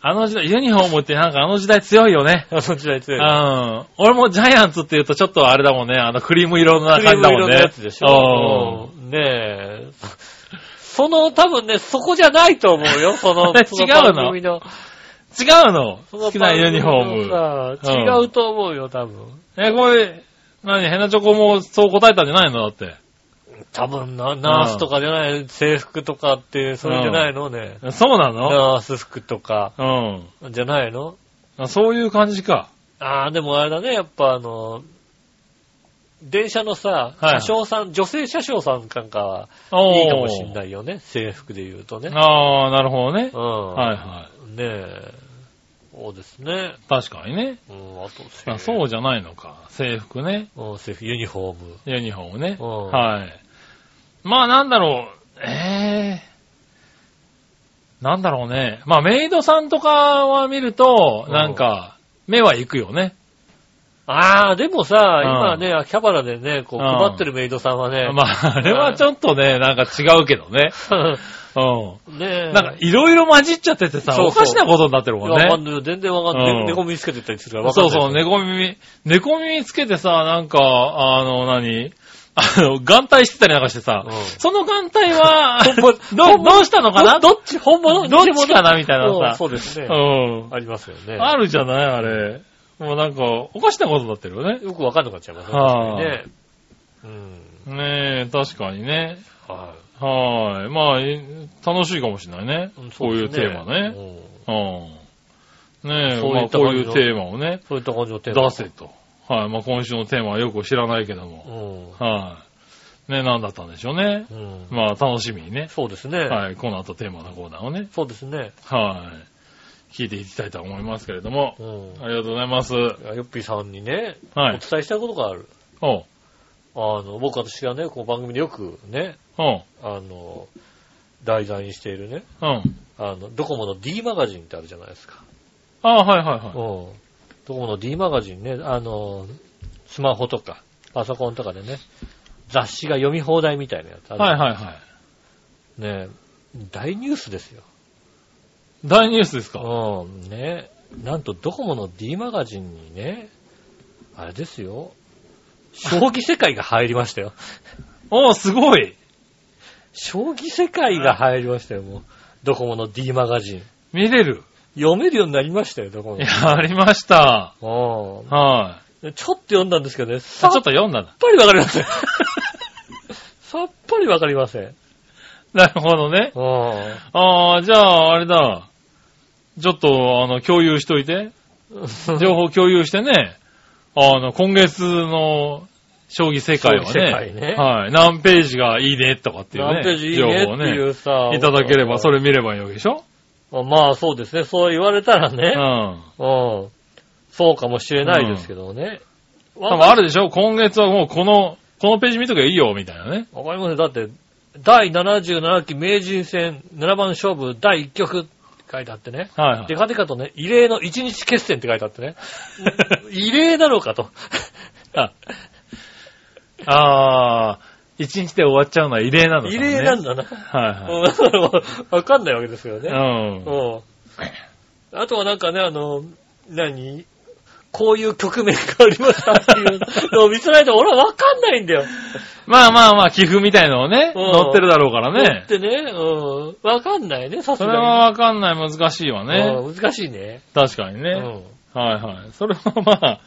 S3: あの時代、ユニフォームってなんかあの時代強いよね。
S2: あの時代
S3: う
S2: 強い。
S3: ん。俺もジャイアンツって言うとちょっとあれだもんね。あのクリーム色の
S2: クリー
S3: 感じ
S2: ム
S3: だも
S2: 色
S3: ん
S2: の
S3: ね。
S2: やつでしょ。うんねえ。その、多分ね、そこじゃないと思うよ、その、
S3: 違うの
S2: そ番組の
S3: 違うの
S2: その
S3: 好きなユニフォー
S2: ム
S3: ム。うん
S2: 違うと思うよ、多分。
S3: え、これ、何変なチョコもそう答えたんじゃないのだって。
S2: 多分な、ナースとかじゃない、制服とかって、それじゃないのね。
S3: そうなの
S2: ナース服とか、
S3: うん
S2: じゃないの
S3: あ。そういう感じか。
S2: ああ、でもあれだね、やっぱあの、電車のさ、
S3: は
S2: 車
S3: い
S2: 掌さん、女性車掌さんなんかは、
S3: おー
S2: いいかもしんないよね、制服で言うとね。
S3: ああ、なるほどね
S2: う。ん。
S3: はいは
S2: ねえ。そうですね。
S3: い。確かにね。
S2: うん、あと制
S3: あそうじゃないのか。制服ね。
S2: うん、制服、ユニフォーム。
S3: ユニフォームね。
S2: うん
S3: はい。まあなんだろう。ええなんだろうね。まあメイドさんとかは見ると、
S2: うん
S3: なんか、目は行くよね。
S2: ああ、でもさ、今ね、秋葉原でね、こう、
S3: うん
S2: 配ってるメイドさんはね、
S3: まあ、あれはちょっとね、なんか違うけどね。うん。
S2: ねえ。
S3: なんか、いろいろ混じっちゃっててさ、
S2: そうそう
S3: おかしなことになってる
S2: いや、
S3: もん
S2: わ
S3: ね
S2: か。んない。全然わかん
S3: う
S2: なんい。猫耳つけてたりするからわかん
S3: そ
S2: な
S3: う
S2: い。
S3: そう、。猫耳、猫耳つけてさ、なんか、あの、何 あの、眼帯してたりなんかしてさ、
S2: うん
S3: その眼帯は、
S2: ほんま
S3: どどうしたのかな
S2: どどっち、本物
S3: どっちかなみたいな
S2: うん
S3: さ。
S2: そうですね。
S3: うん。
S2: ありますよね。
S3: あるじゃないあれ。もうなんか、おかしなことになってるよね。
S2: よくわかんなくなっちゃいますね。
S3: はあ
S2: ね。うん。
S3: ねえ、確かにね。
S2: は
S3: はーい。まあい、楽しいかもしれないね
S2: い。。ん
S3: こういう
S2: そ
S3: テ
S2: で
S3: ー
S2: す
S3: マね。
S2: うん
S3: うん。ねえ、
S2: そう
S3: ま
S2: い
S3: あ
S2: った
S3: こう
S2: 感
S3: い
S2: じ
S3: う
S2: の
S3: テーマをね、
S2: そういった感じのテーマ。
S3: 出せと。はい。まあ今週のテーマはよく知らないけども。
S2: うん。
S3: はい。ね、なんだったんでしょうね。
S2: うん。
S3: まあ、楽しみにね。
S2: そうですね。
S3: はい。この後テーマのコーナーをね。
S2: そうですね。
S3: はい。聞いていきたいと思いますけれども。
S2: うん。
S3: ありがとうございます。
S2: いやヨッピーさんにね、お
S3: はい。
S2: 伝えしたいことがある。
S3: おう。
S2: あの、僕私がね、こう番組でよくね、
S3: おう。
S2: あの、題材にしているね、
S3: うん。
S2: あの、ドコモの D マガジンってあるじゃないですか。
S3: ああ、はいは
S2: うん。
S3: いはい。
S2: ドコモの D マガジンね、あの、スマホとか、パソコンとかでね、雑誌が読み放題みたいなやつある。
S3: はいはいはい。
S2: ね大ニュースですよ。
S3: 大ニュースですか
S2: うん、ねなんとドコモの D マガジンにね、あれですよ、将棋世界が入りましたよ。
S3: おう、すごい
S2: 将棋世界が入りましたよ、もう。ドコモの D マガジン。
S3: 見れる。
S2: 読めるようになりましたよ、ドコモ
S3: いや、ありました。
S2: の。うん
S3: は
S2: ちょっと読んだんですけどね、
S3: い。ち
S2: さ
S3: ょ
S2: っ
S3: っと読んだな。
S2: ぱりわかりません。 さっぱりわかりません。
S3: なるほどね。
S2: うん。
S3: ああ、じゃあ、あれだ。ちょっと、あの、共有しといて。情報共有してね、あの、今月の将棋世界はね、
S2: 将棋世界ね
S3: はい、何ページがいいねとかっていうね、
S2: 何ページいいねって
S3: 情報を
S2: い
S3: ね、
S2: うさ、
S3: いただければそ
S2: れ。
S3: れ見ればいいわけでしょ
S2: まあそうですね、そう言われたら
S3: う
S2: ね、
S3: ん。
S2: うん。そうかもしれないですけどね。
S3: 多
S2: わ
S3: 分あるでしょ今月はもうこの、このページ見とけばいいよ、みたいなね。
S2: わかりません。だって、第77期名人戦7番勝負第1局って書いてあってね。
S3: はいは
S2: で
S3: い。
S2: かでかとね、異例の1日決戦って書いてあって ね。異例なのかと。
S3: ああー、一日で終わっちゃうのは異例なのかもね。
S2: 異例なんだな。
S3: はいはい。
S2: うん わかんないわけですよ
S3: う
S2: ね。
S3: ん。
S2: うん。あとはなんかね、あの、何こういう局面がありましたっていうのを見せないと俺はわかんないんだよ。
S3: まあまあまあ、寄付みたいのをね、
S2: うん
S3: 載ってるだろうからね
S2: っ。てね、うん。わかんないね、さす
S3: そ
S2: がに。
S3: れはわかんない、難しいわね。
S2: うん難しいね。
S3: 確かに
S2: う
S3: ね。
S2: ん。
S3: はいはい。それはまあ、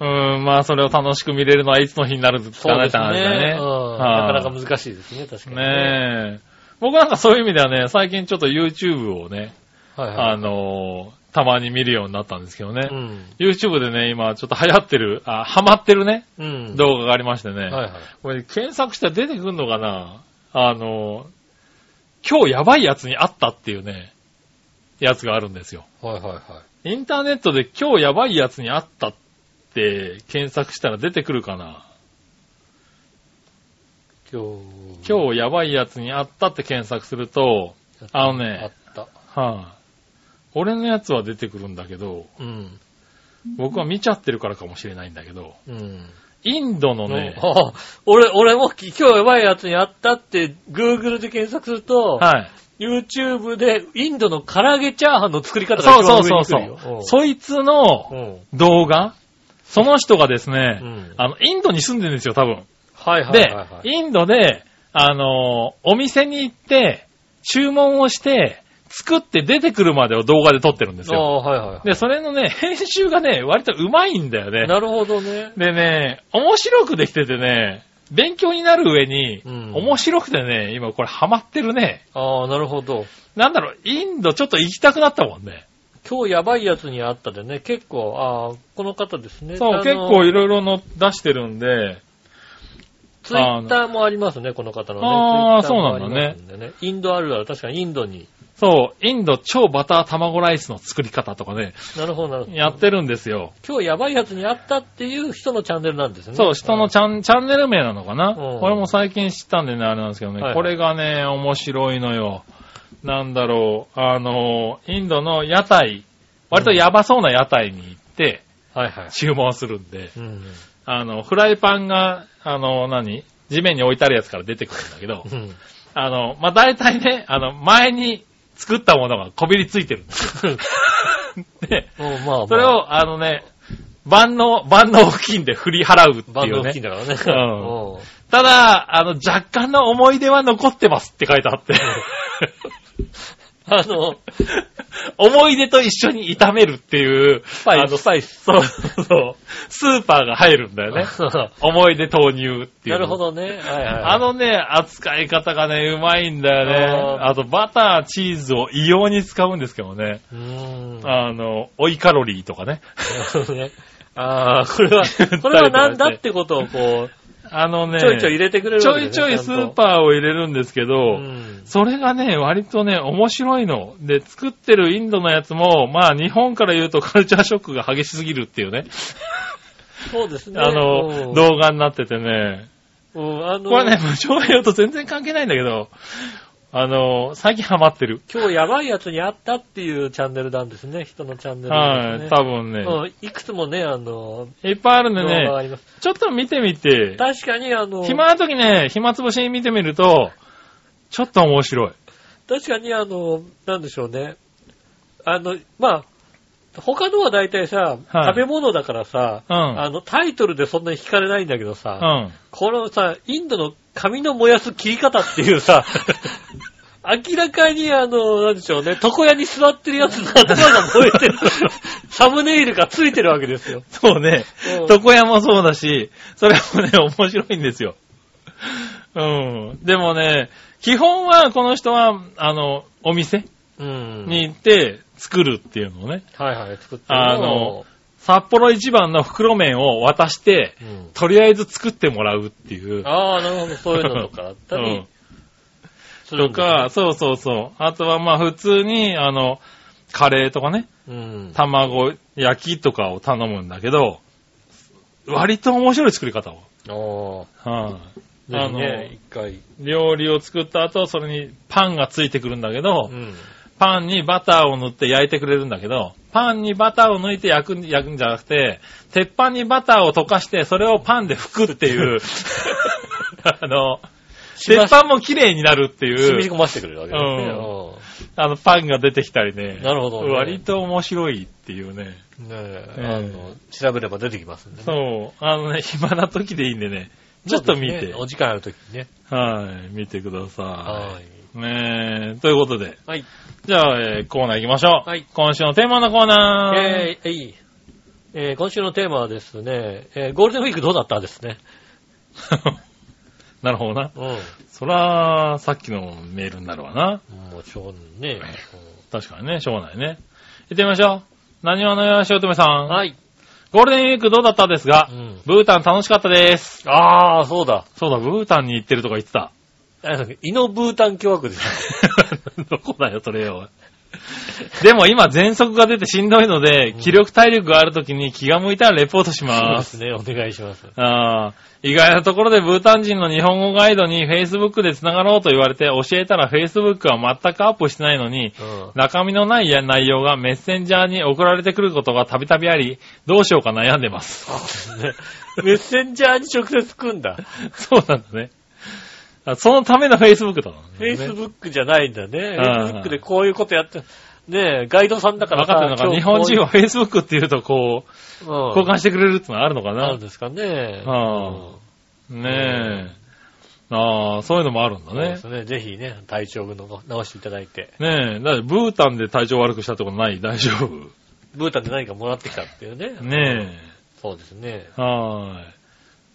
S3: うーん、まあそれを楽しく見れるのはいつの日になるか
S2: そう
S3: な
S2: で
S3: って
S2: すね。
S3: 話だね。
S2: うん
S3: はい
S2: なかなか難しいですね、確かにね。
S3: ねえ。僕なんかそういう意味ではね、最近ちょっと YouTube をね、
S2: はいはい
S3: あのーたまに見るようになったんですけどね。
S2: うん。
S3: YouTube でね、今ちょっと流行ってる、あ、ハマってるね、
S2: うん。
S3: 動画がありましてね。
S2: はいはい。
S3: これ検索したら出てくんのかなあの、今日やばいやつに会ったっていうね、やつがあるんですよ。
S2: はいはいは。
S3: インターネットで今日やばいやつに会ったって検索したら出てくるかない
S2: 今日。
S3: 今日やばいやつに会ったって検索すると、あの
S2: あ
S3: ね
S2: っ、た。
S3: はい、俺のやつは出てくるんだけど、
S2: うん。
S3: 僕は見ちゃってるからかもしれないんだけど、
S2: うん。
S3: インドのね、
S2: あ俺、俺も今日やばいやつにあったって、Google で検索すると、
S3: はい。
S2: YouTube でインドの唐揚げチャーハンの作り方が
S3: そ
S2: 一
S3: うそ
S2: 番
S3: う
S2: 上
S3: そう
S2: に
S3: そ
S2: 来るよ。
S3: う。そいつの
S2: うん。うん。
S3: 動画、その人がですね、
S2: うん
S3: あの、インドに住んでるんですよ、多分。
S2: はいはい
S3: で
S2: はい、はい。
S3: インドで、あのーお店に行って、注文をして、作って出てくるまでを動画で撮ってるんです
S2: あ
S3: よ。
S2: あ、はいはいはい。
S3: で、それのね、編集がね、割と上手いんだよね。
S2: なるほどね。
S3: でね、面白くできててね、勉強になる上に、
S2: うん
S3: 面白くてね、今これハマってるね。
S2: ああ、なるほど。
S3: なんだろう、インドちょっと行きたくなったもんね。
S2: 今日やばいやつにあったでね、結構、ああ、この方ですね。
S3: そう、結構いろいろの出してるんで、
S2: ツイッターもありますね、この方のね。
S3: ああ
S2: Twitter もります
S3: そ
S2: んでね。インドあるある、確かにインドに。
S3: そう、インド超バター卵ライスの作り方とかね、
S2: なるほど、なるほど。
S3: やってるんですよ。
S2: 今日やばいやつにあったっていう人のチャンネルなんですね。
S3: そう、人のチャンチャンネル名なのかな、
S2: うん
S3: 俺も最近知ったんでね、あれなんですけど
S2: は
S3: ね、
S2: いはい
S3: これがね、面白いのよ。なんだろう、あの、インドの屋台、割とやばそうな屋台に行って、
S2: はいはい。
S3: 注文するんで、
S2: うん。
S3: あの、フライパンが、あの、何地面に置いてあるやつから出てくるんだけど、
S2: うん。
S3: あの、まあ、大体ね、あの、前に作ったものがこびりつい てるんですよ。で、
S2: もうまあ、まあ、
S3: それを、あのね、万能、万能付近で振り払うって
S2: バン
S3: い
S2: ド
S3: う
S2: 付近
S3: ね。
S2: だからね。
S3: うん
S2: おう
S3: ただ、あの、若干の思い出は残ってますって書いて あって。
S2: あの、
S3: 思い出と一緒に炒めるっていう、
S2: パイ
S3: あの、
S2: スパイス。
S3: そう、そう、スーパーが入るんだ よね。思い出投入っていう。
S2: なるほ。どね。はいはいはい。
S3: あのね、扱い方がね、うまいんだよね。
S2: あー
S3: あと、バター、チーズを異様に使うんですけどね。
S2: うーん。
S3: あの、追いカロリーとかね。
S2: なるほど ね。ああ、これは、これはなんだってことをこ
S3: あのね、
S2: う、ちょいちょい入れてくれる
S3: ち
S2: わ
S3: ょ
S2: け
S3: い
S2: です
S3: ちょ
S2: ね
S3: いスーパーを入れるんですけ
S2: ー
S3: ど、
S2: うん。
S3: それがね、割とね、面白いの。で、作ってるインドのやつも、まあ、日本から言うとカルチャーショックが激しすぎるっていうね、
S2: そうですね。
S3: あ
S2: う
S3: の、
S2: ん
S3: 動画になっててね。
S2: うん、あの、
S3: これね、無償用と全然関係ないんだけど、あの、最近ハマってる。
S2: 今日やばいやつにあったっていうチャンネルなんですね。人のチャンネルなん
S3: は
S2: で
S3: い、
S2: すね。
S3: 多分ね、
S2: うん、いくつもね、あの、
S3: いっぱいあるんで
S2: 動画があ
S3: ね、
S2: ります。
S3: ちょっと見てみて、
S2: 確かに、あの、
S3: 暇な時ね、暇つぶしに見てみると、ちょっと面白い。
S2: 確かに、あの、なんでしょうね。あの、まあ、他のは大体さ、
S3: はい
S2: 食べ物だからさ、
S3: うん
S2: あの、タイトルでそんなに惹かれないんだけどさ、
S3: うん。
S2: このさ、インドの髪の燃やす切り方っていう さ、明らかにあの、なんでしょうね、床屋に座ってるやつの頭が燃えて る、サムネイルがついてるわけですよ。
S3: そうね
S2: うん。
S3: 床屋もそうだし、それもね、面白いんですよ。うん。でもね、基本はこの人は、あの、お店
S2: うん
S3: に行って作るっていうのをね、
S2: はいはい、作って
S3: あの、札幌一番の袋麺を渡して、
S2: うん、
S3: とりあえず作ってもらうっていう。
S2: ああ、なるほど、そういうのとかだった
S3: う
S2: り
S3: ん、
S2: する
S3: と
S2: んだ
S3: か、そうそうそう。あとはまあ普通に、あの、カレーとかね、
S2: うん。
S3: 卵焼きとかを頼むんだけど、割と面白い作り方を。
S2: お
S3: はい
S2: ーぜ
S3: あ
S2: ひ
S3: の
S2: ね、一回。
S3: 料理を作った後、それにパンがついてくるんだけど、
S2: うん。
S3: パンにバターを塗って焼いてくれるんだけど、パンにバターを抜いて焼くん焼くんじゃなくて、鉄板にバターを溶かして、それをパンで拭くっていう、 あの、
S2: し
S3: 鉄
S2: まし
S3: 板も綺麗になるって
S2: 染み
S3: いう、
S2: 込ませてくれるわけですね。
S3: うんあの、パンが出てきたりね。
S2: なるほどね
S3: 割と面白いっていうね。
S2: うんねえ
S3: ええ
S2: あの、調べれば出てきますんでね。
S3: そう。あのね、 暇な時でいいんでね、ちょっと見
S2: そうで
S3: て。
S2: すねお時間あるときにね。
S3: はい、見てくだ
S2: は
S3: さ
S2: い。
S3: い。ねえ、ということで。
S2: はい。
S3: じゃあ、えーコーナー行きましょう。
S2: はい
S3: 今週のテーマのコーナー。
S2: えー、えい。えー今週のテーマはですね、えーゴールデンウィークどうだったですね。
S3: なるほどな。
S2: うん。
S3: そら、さっきのメールになるわな。
S2: もう、しょうね。
S3: 確かにね、しょうがないね。行ってみましょう。何話のよしおとめさん。
S2: はい。
S3: ゴールデンウィークどうだったですが、
S2: うん
S3: ブータン楽しかったです。
S2: ああ、そうだ。
S3: そうだ、ブータンに行ってるとか言ってた。
S2: あのイノブータン共和国です。
S3: どこだよ、それよ。でも今、喘息が出てしんどいので、気力体力があるときに気が向いたらレポートし
S2: そう
S3: ま。
S2: ですすね。お願いします。
S3: あー意外なところでブータン人の日本語ガイドに Facebook で繋がろうと言われて教えたら Facebook は全くアップしてないのに、
S2: うん。
S3: 中身のないや内容がメッセンジャーに送られてくることがたびたびあり、どうしようか悩ん でます。
S2: ねメッセンジャーに直接来んだ。
S3: そうなんだね。あそのための Facebook だもんね。
S2: フェイスブックじゃないんだね。フ
S3: うん
S2: ェイスブックでこういうことやって、ねえ、ガイドさんだから
S3: 分かってるのか、日本人
S2: は、
S3: は Facebook って言うとこう、
S2: 交
S3: 交換してくれるってのはあるのか
S2: な。
S3: なん
S2: ですかね。
S3: うねえ。ああ、そういうのもあるんだ
S2: うんそうです。
S3: ね
S2: ね。ぜひね、体調分の直していただいて、
S3: ねえ、だってブータンで体調悪くしたってことない大丈夫
S2: ブータンで何かもらってきたっていうね。
S3: ね
S2: そうですね。
S3: え。は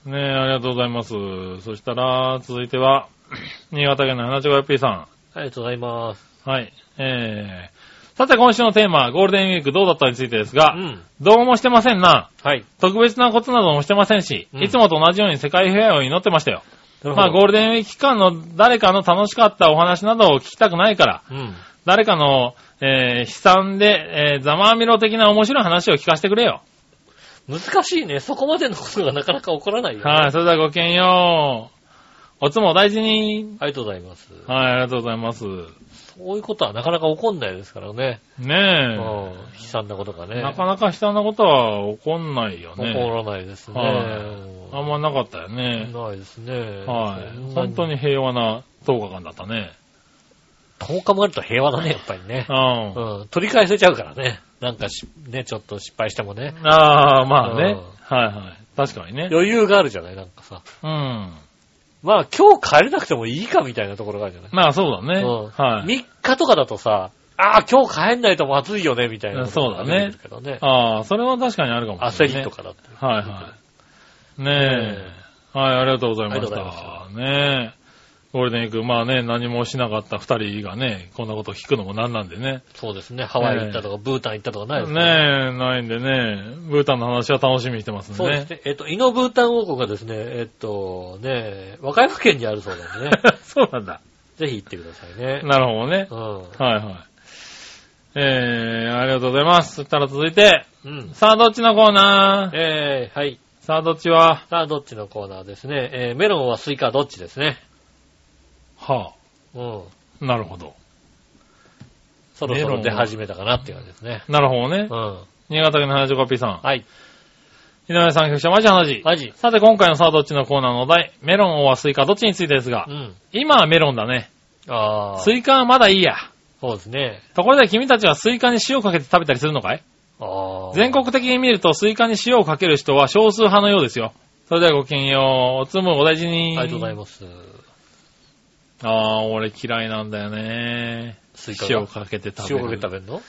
S3: ーい。ねえ、ありがとうございます。そしたら、続いては、 新潟県の花ちごやっぴーさ
S2: ありがとうございます。
S3: ん。はい。えー、さて今週のテーマ、ゴールデンウィークどうだったについてですが、
S2: うん。
S3: どうもしてませんな。
S2: はい。
S3: 特別なことなどもしてませんし、
S2: うん
S3: いつもと同じように世界平和を祈ってましたよ。まあゴ
S2: ー
S3: ールデンウィーク期間の誰かの楽しかったお話などを聞きたくないから、
S2: ル。うん。
S3: 誰かの、えー、悲惨で、えー、ざまあみろ的な面白い話を聞かせてくれよ。
S2: 難しいね。そこまでのことがなかなか起こらないよ、ね。
S3: はい、それではごきげんよう。おつもお大事に。
S2: ありがとうございます。
S3: はい、ありがとうございます。
S2: そういうことはなかなか起こんないですからね。うん
S3: ね。
S2: 悲惨なことが
S3: え。
S2: ね。
S3: なかなか悲惨なことは起こんないよ
S2: 起こ
S3: ね。
S2: らないですね。
S3: はいあんまなかったよね。
S2: ないですね。
S3: はい。
S2: そんな
S3: 本当。に平和な10日間だったね。
S2: 10日もあると平和だね、やっぱりね
S3: う。ん
S2: う。ん。取り返せちゃうからね。なんかし、ね、ちょっと失敗してもね。
S3: ああ、まあ
S2: う
S3: ね
S2: ん。
S3: はいはい。確かにね。
S2: 余裕があるじゃない、なんかさ。
S3: うん。
S2: まあ今日帰れなくてもいいかみたいなところがあるじゃない。
S3: まあそうだね。
S2: うん
S3: はい。
S2: 3日とかだとさ、ああ、今日帰んないとまずいよね、みたいな。
S3: そうだね
S2: けどね。
S3: ああ、それは確かにあるかもし
S2: 焦
S3: れない、
S2: り
S3: ね。
S2: とかだって。
S3: はいはい。ねえ。はい、ありがとうございま
S2: あり
S3: し
S2: がとうござい
S3: た。ねえ。ゴールデンウィーク、まあね、何もしなかった二人がね、こんなこと聞くのもなんなんでね。
S2: そうですね。ハワイ行ったとか、ブータン行ったとかない
S3: ね
S2: で
S3: え
S2: す、
S3: ないんでね、ブータンの話は楽しみにしてますんで
S2: そうですね。えっと、イノブータン王国がですね、えっと、ね、和歌山県にあるそうなん でね。
S3: そうなんだ。
S2: ぜひ行ってくださいね。
S3: なるほどね。
S2: うん。
S3: はいはい。えー、ありがとうございます。そしたら続いて、
S2: うん。
S3: さあどっちのコーナー
S2: えー、はい。
S3: さあどっちは
S2: さあ、どっちのコーナーですね。えー、メロンはスイカどっちですね。
S3: は
S2: うん。
S3: あ、なるほど。
S2: そろそろ出始めたかなっていう感じですね。
S3: なるほどね
S2: う。ん。
S3: 新潟県の花コピーさん。
S2: はい。
S3: 井上さん、局長、マジ話。
S2: マジ。
S3: さて、今回のさあどっちのコーナーのお題、メロンはスイカどっちについてですが
S2: う、ん。
S3: 今はメロンだね。
S2: ああ。
S3: スイカはまだいいや。
S2: そうですね。
S3: ところで君たちはスイカに塩をかけて食べたりするのかい
S2: ああ。
S3: 全国的に見るとスイカに塩をかける人は少数派のようですよ。それではごきげんよう。おつむお大事
S2: あり
S3: に。
S2: がとうござい
S3: ま
S2: ます。
S3: す。あー、俺嫌いなんだよね。
S2: スイカ
S3: 塩を
S2: が。
S3: かけて食べ
S2: 塩
S3: る。
S2: かけて食べるの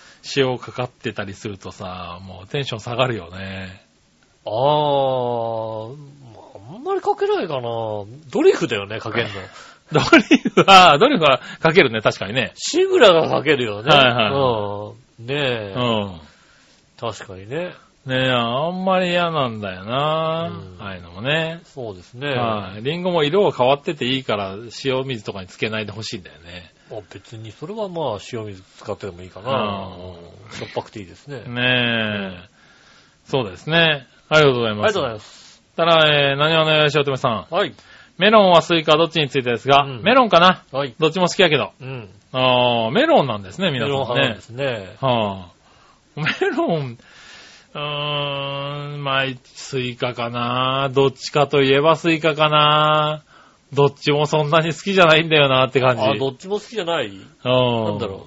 S3: 塩かかってたりするとさ、もうテンション下がるよね。
S2: ああ。あんまりかけないかな。ドリフだよね、かけ んの。
S3: ドリフは、ドリフはかけるね、確かにね。
S2: シグラがかけるよね。
S3: はいはい
S2: うん。ねえ、
S3: うん。
S2: 確かにね。
S3: ねえ、あんまり嫌なんだよな、
S2: うん
S3: ああいうのもね。
S2: そうですね。
S3: はい。リンゴも色が変わってていいから、塩水とかにつけないでほしいんだよね。
S2: あ別に、それはまあ、塩水使ってもいいかな。
S3: う
S2: しょっぱくていいですね。
S3: ねえ。そうですね。ありがとうござい
S2: あり
S3: ま
S2: が
S3: す。
S2: とうござい
S3: ま
S2: ます。
S3: す。たら、えー、何話のよしおとめさん。
S2: はい。
S3: メロンはスイカどっちについてですが、
S2: うん
S3: メロンかな
S2: はい。
S3: どっちも好きやけど。
S2: うん。
S3: あーメロンなんですね、
S2: メ
S3: 皆
S2: ロ
S3: さ
S2: ン
S3: ん
S2: 派
S3: ね。
S2: なんですね。
S3: はあ、メロン、うーん、まあ、スイカかな。どっちかといえばスイカかな。どっちもそんなに好きじゃないんだよなって感じ。
S2: あ、どっちも好きじゃない
S3: うん
S2: なんだろ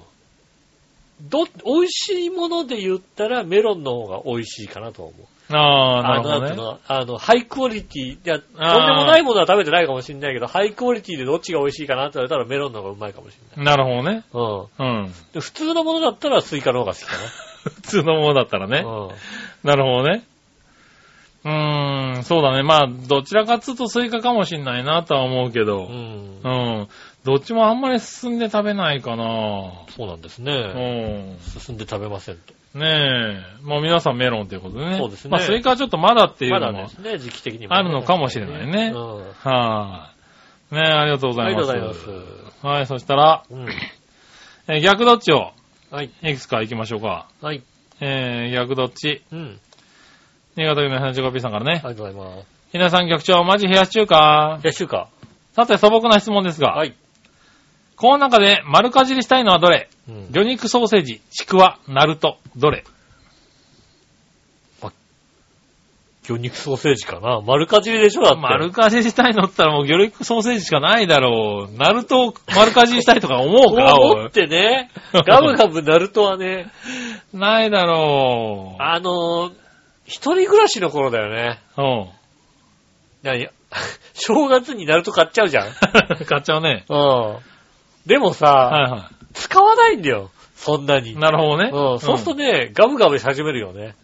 S2: う。ど、美味しいもので言ったらメロンの方が美味しいかなと思う。
S3: ああ、な
S2: あの、なんて
S3: る
S2: いう
S3: ほどね。
S2: のあの、ハイクオリティ、いや、とんでも
S3: あー
S2: ないものは食べてないかもしれないけど、ハイクオリティでどっちが美味しいかなって言われたらメロンの方がうまいかもしれない。
S3: なるほどね。
S2: うん。
S3: うん。
S2: で普通のものだったらスイカの方が好きか
S3: 普通のものだったら
S2: な。
S3: ね。
S2: うん。
S3: なるほどね。うーん、そうだね。まあ、どちらかっつうとスイカかもしんないなとは思うけ
S2: う
S3: ど。
S2: ん
S3: う。ん。どっちもあんまり進んで食べないかな。
S2: そうなんです
S3: う
S2: ね。
S3: ん。
S2: 進んで食べませんと。
S3: ねえ。もう皆さんメロンということでね。
S2: そうですね
S3: まあスイカはちょっとまだっていう
S2: ま
S3: の
S2: だ
S3: も。
S2: ですね、時期的にも、
S3: あるのかもしれないね
S2: うん
S3: はい、ねえ、ありがとうございます。
S2: ありがとうござい
S3: ます。はい、そしたら、
S2: うん。
S3: えー逆どっちを、
S2: はい。
S3: いくつか行きましょうか。
S2: はい。
S3: えー、逆どっち。
S2: うん。
S3: 新潟県の 75P さんからね。
S2: ありがとうございます。
S3: ひなさん局長、マジ冷やし中華
S2: い。や、週か。
S3: さて、素朴な質問ですが、
S2: はい。
S3: この中で丸かじりしたいのはどれ
S2: うん。
S3: 魚肉ソーセージ、ちくわ、ナルト、どれ
S2: 魚肉ソーセージかな。丸かじりでしょだって。
S3: 丸かじりしたいのったらもう魚肉ソーセージしかないだろう。ナルトを丸かじりしたいとか思うか
S2: こう
S3: お
S2: 思
S3: い
S2: って ね、ガブガブナルトはね、
S3: ないだろう。
S2: あのー、一人暮らしの頃だよね。
S3: うん。
S2: 何 正月にナルト買っちゃうじゃん。
S3: 買っちゃうね。
S2: うん。でもさ、
S3: はいは
S2: 使わないんだよ。そんなに。
S3: い。なるほどね。
S2: うん。そうするとね、ガブガブし始めるよね。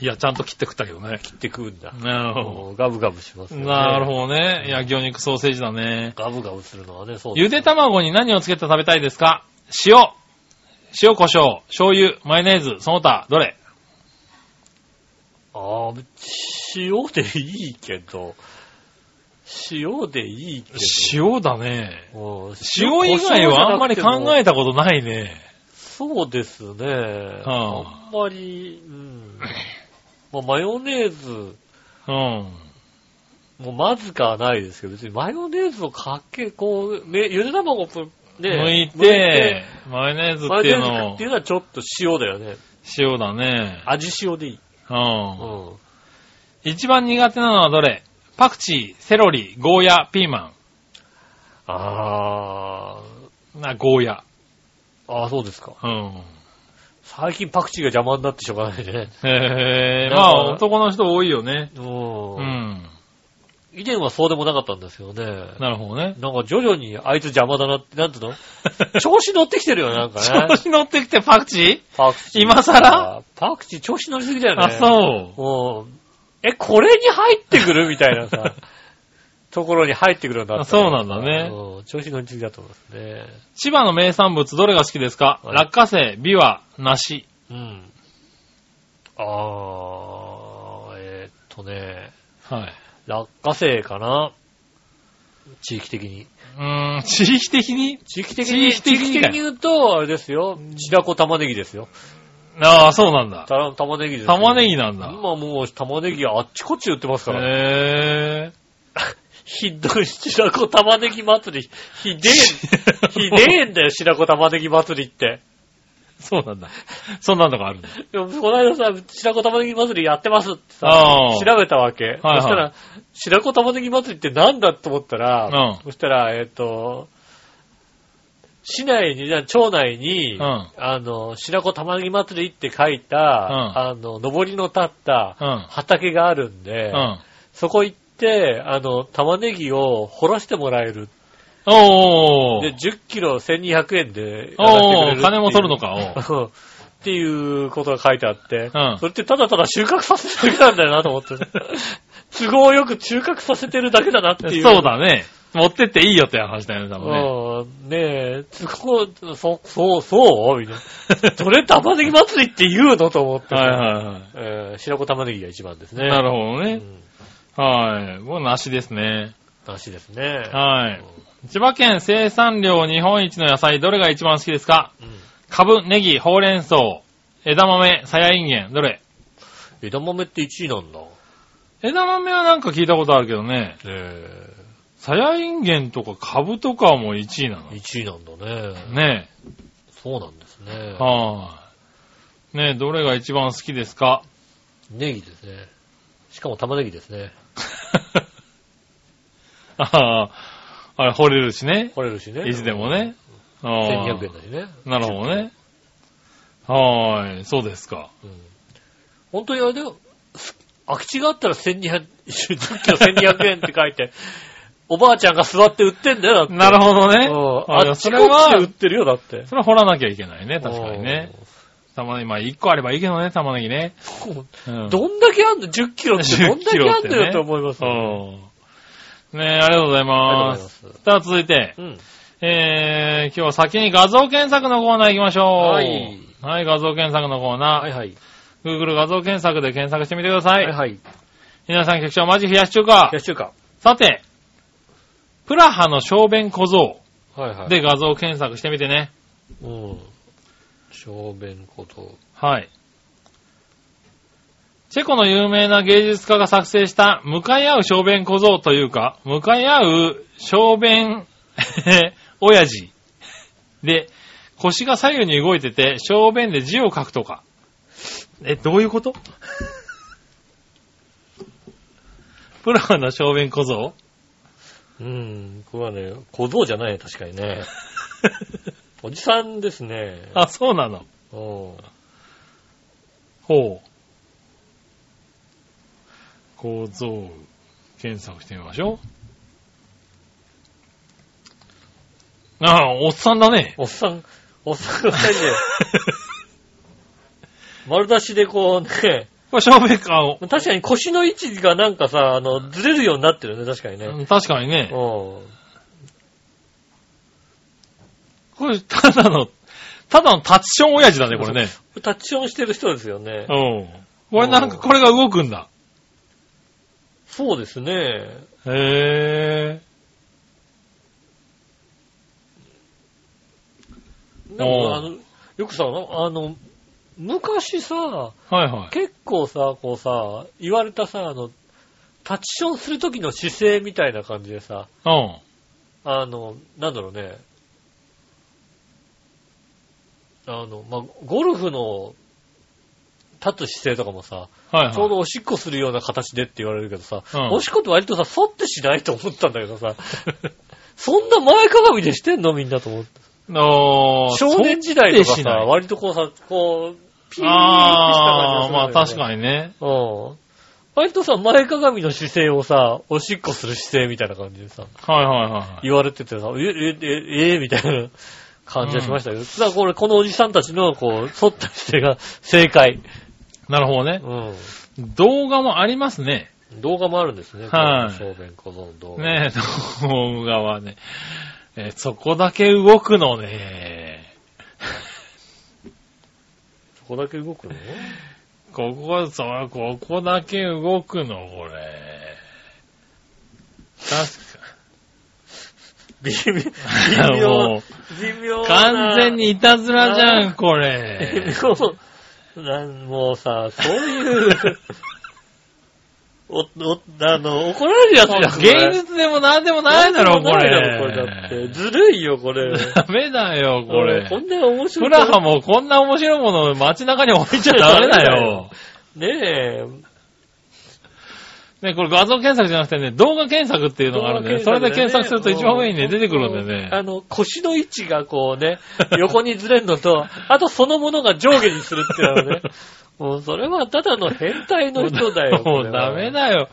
S3: いや、ちゃんと切って食ったけどね。
S2: 切って食うんだ。
S3: なるほ
S2: うんガブガブします
S3: ど。
S2: よね。
S3: なるほどね。いや、魚肉ソーセージだね。
S2: ガブガブするのはね、そう
S3: ゆで卵に何をつけて食べたいですか塩、塩胡椒、醤油、マヨネーズ、その他、どれ
S2: あー塩でいいけど、塩でいいけど。
S3: 塩だね。
S2: うん
S3: 塩以外はあんまり考え
S2: て。
S3: たことないね。
S2: そうですね。あんまり、うん。まあ、マヨネーズ、
S3: うん。
S2: もうまずかはないですけど、別にマヨネーズをかけ、こう、めゆで卵をぷね、
S3: 剥い
S2: 剥
S3: て、、マヨネーズ
S2: マ
S3: ってい
S2: ヨ
S3: う
S2: ネーズ
S3: の
S2: っ
S3: を
S2: ていう、のはちょっと塩だよね。
S3: 塩だね。
S2: 味塩でいい。
S3: う。
S2: うんん。
S3: 一番苦手なのはどれパクチー、セロリ、ゴーヤ、ピーマ
S2: あ
S3: ン。な、ゴーヤ。
S2: ー、あーそうですか。
S3: うん。
S2: 最近パクチーが邪魔になってしょうがないね。な
S3: へ
S2: ん
S3: え、
S2: か
S3: まあ男の人多いよね。
S2: う。
S3: うんん。
S2: 以前はそうでもなかったんですよね。
S3: なるほ どね。
S2: なんか徐々にあいつ邪魔だなって、なんていうの調子乗ってきてるよね、なんか
S3: 調
S2: ね。
S3: 子乗ってきてパクチ
S2: パクチー。
S3: 今更
S2: パクチー調子乗りすぎだ
S3: ー
S2: よね。
S3: あ、そう。
S2: う。ん。え、これに入ってくるみたいな さ、ところに入ってくるようになった。
S3: あそうなんだね
S2: うん。調子乗りすぎだと思いますね。
S3: 千葉の名産物どれが好きですか、
S2: はい
S3: 落花生、ビワ、梨。
S2: うん。あー、えーっとね、
S3: はい。
S2: 落花生かな地域的に。
S3: うーん、地域的に
S2: 地域的に、
S3: 地域的に
S2: 地域的言うと、あれですよ。白子玉ねぎですよ。
S3: ああ、そうなんだ。
S2: たら玉ねぎですよ。
S3: 玉ねぎなんだ。
S2: 今もう玉ねぎあっちこっち売ってますから。
S3: へえ。
S2: ひどい白子玉ねぎ祭り。ひでえ、ひでえんだよ、白子玉ねぎ祭りって。
S3: そうなんだ。そんなのがあるんだ。
S2: でもこの間さ、白子玉ねぎ祭りやってますってさ、
S3: ああ。
S2: 調べたわけ。
S3: は
S2: そ
S3: い
S2: したら、白子玉ねぎ祭りってなんだと思ったら、
S3: うん
S2: そしたら、えっ、と、市内に、じゃあ町内に、
S3: うん
S2: あの、白子玉ねぎ祭りって書いた、あの、上りの立った
S3: うん
S2: 畑があるんで、
S3: うん。
S2: そこ行って、あの、玉ねぎを掘らしてもらえる。
S3: おーお
S2: で、
S3: ー
S2: 10キロ1200円でやらせてくれ
S3: お
S2: るっていう
S3: ー、金も取るの。か、おう
S2: っていうことが書いてあって、
S3: うん
S2: それってただただ収穫させてるだけなんだよなと思って。 都合よく収穫させてるだけだなっていう。
S3: そうだね。持ってっていいよって話だよね、多分ね。
S2: うん。ねえ、都合、そ、そう、そうみたい な。それ玉ねぎ祭りって言うのと思って。
S3: はいはいはい。
S2: えー白子玉ねぎが一番ですね。
S3: なるほど
S2: う
S3: ね。
S2: ん。
S3: はい。もう梨ですね。
S2: らしいですね。
S3: はい。千葉県生産量日本一の野菜、どれが一番好きですか
S2: うん。
S3: カブ、ネギ、ほうれん草、枝豆、さやいんげん、どれ
S2: 枝豆って1位なんだ。ね
S3: 枝豆はなんか聞いたことあるけどね。
S2: え。
S3: さやいんげんとかカブとかも1位なの。
S2: 1位なんだね。
S3: ね
S2: そうなんですね
S3: え。。はい。ねえ、どれが一番好きですか
S2: ネギですね。しかも玉ねぎですね。
S3: ああ、あれ、掘れるしね。
S2: 掘れるしね。
S3: いつでもね。ああ
S2: 1200円だしね。
S3: なるほどね。はーい、そうですか。
S2: うん。本当にあれだよ。空き地があったら1200、10キロ1200円って書いて、おばあちゃんが座って売ってんだよ、だって。
S3: なるほどね。
S2: うん
S3: あ
S2: あ
S3: あ
S2: っち
S3: そ
S2: こ
S3: れ
S2: っちで売っ
S3: は、
S2: てるよ、だって。
S3: それは掘らなきゃいけないね、確かにね。玉ねぎ、まあ1個あればいいけどね、玉ねぎね。
S2: うん。
S3: うん
S2: どんだけあんの ?10 キロってどんだけあんのよって思います
S3: う
S2: よね。
S3: んねえ、ありがとうござい
S2: あ
S3: ま
S2: りがとうご
S3: す。
S2: ざいます。
S3: さあ、続いて、
S2: うん。
S3: えー、今日は先に画像検索のコーナー行きましょう。
S2: はい。
S3: はい、画像検索のコーナー。
S2: はいはい。
S3: Google 画像検索で検索してみてください。
S2: はいはい。
S3: 皆さん、局長、マジ冷やし中華
S2: 冷。やし中華。
S3: さて、プラハの小便小僧
S2: はいはい。、
S3: で画像検索してみてね。
S2: うん。小便こと。
S3: はい。チェコの有名な芸術家が作成した、向かい合う小便小僧というか、向かい合う小便、 親父。で、腰が左右に動いてて、小便で字を書くとか。え、どういうことプラハの小便小僧
S2: うん。これはね、小僧じゃないね、確かにね。おじさんですね。
S3: あ、そうなの。
S2: うん。
S3: ほう。構造検索してみましょう。ああ、おっさんだね。
S2: おっさん、おっさんが二人 で、丸出しでこうね、
S3: これ正面か、お
S2: 確かに腰の位置がなんかさ、あの、ずれるようになってるね、確かにね。
S3: うん確かにね。
S2: うん。
S3: これ、ただの、ただのタッチション親父だね、これね。
S2: タッチオンしてる人ですよね。
S3: うん。これなんか、これが動くんだ。
S2: そうですね。
S3: へ
S2: で
S3: おう
S2: も、あの、よくさ、あの、昔さ、
S3: ぇー。はいはい。
S2: 結構さ、こうさ、言われたさ、あの、タッチションするときの姿勢みたいな感じでさ、
S3: うん。
S2: あの、なんだろうね。あの、まあ、ゴルフの立つ姿勢とかもさ、
S3: はいはい。
S2: ちょうどおしっこするような形でって言われるけどさ、
S3: うん
S2: おしっこって割とさ、反ってしないと思ったんだけどさ、 そんな前かがみでしてんのみんなと思って。
S3: あー
S2: 少年時代とか
S3: そうってし
S2: さ、
S3: ない
S2: 割とこうさ、こう、ピーってした感じ
S3: ああ、まあ
S2: がす
S3: 確
S2: るんだよね
S3: かにね。
S2: うん。割とさ、前かがみの姿勢をさ、おしっこする姿勢みたいな感じでさ、
S3: はいはいはいはい。
S2: 言われててさ、え、え、え、え、みたいな感じがしましたけど、ただこれ、このおじさんたちの、こう、反った姿勢が 正解。
S3: なるほどね。
S2: うん。
S3: 動画もありますね。
S2: 動画もあるんですね。
S3: はい
S2: この小便小僧の動画。
S3: ねえ、動画はね、えーそこだけ動くのね。
S2: そこだけ動く の
S3: ここ、そう、ここだけ動くの、これ。
S2: 微妙、微
S3: 確かに。
S2: 妙、
S3: も
S2: 微妙
S3: う、
S2: な。
S3: 完全にいたずらじゃん、こ
S2: 微
S3: れ。
S2: 妙なん。もうさ、そういう、お、お、あの、怒られるやつやんこれ
S3: 芸術でも何でもないだろ、これ。
S2: これだって。ずるいよ、こ れ。
S3: ダメだよ、これ。
S2: こんな面白
S3: プ
S2: い。
S3: ラハもこんな面白いものを街中に置いちゃダメだよ。
S2: ねえ。
S3: ね、これ画像検索じゃなくてね、動画検索っていうのがあるんで、ね、それで検索すると一番上にね、
S2: うん
S3: 出てくるんでね。
S2: あの、腰の位置がこうね、 横にずれるのと、あとそのものが上下にするっていうのは ね。もうそれはただの変態の人だよ。
S3: もうダメ。だよ。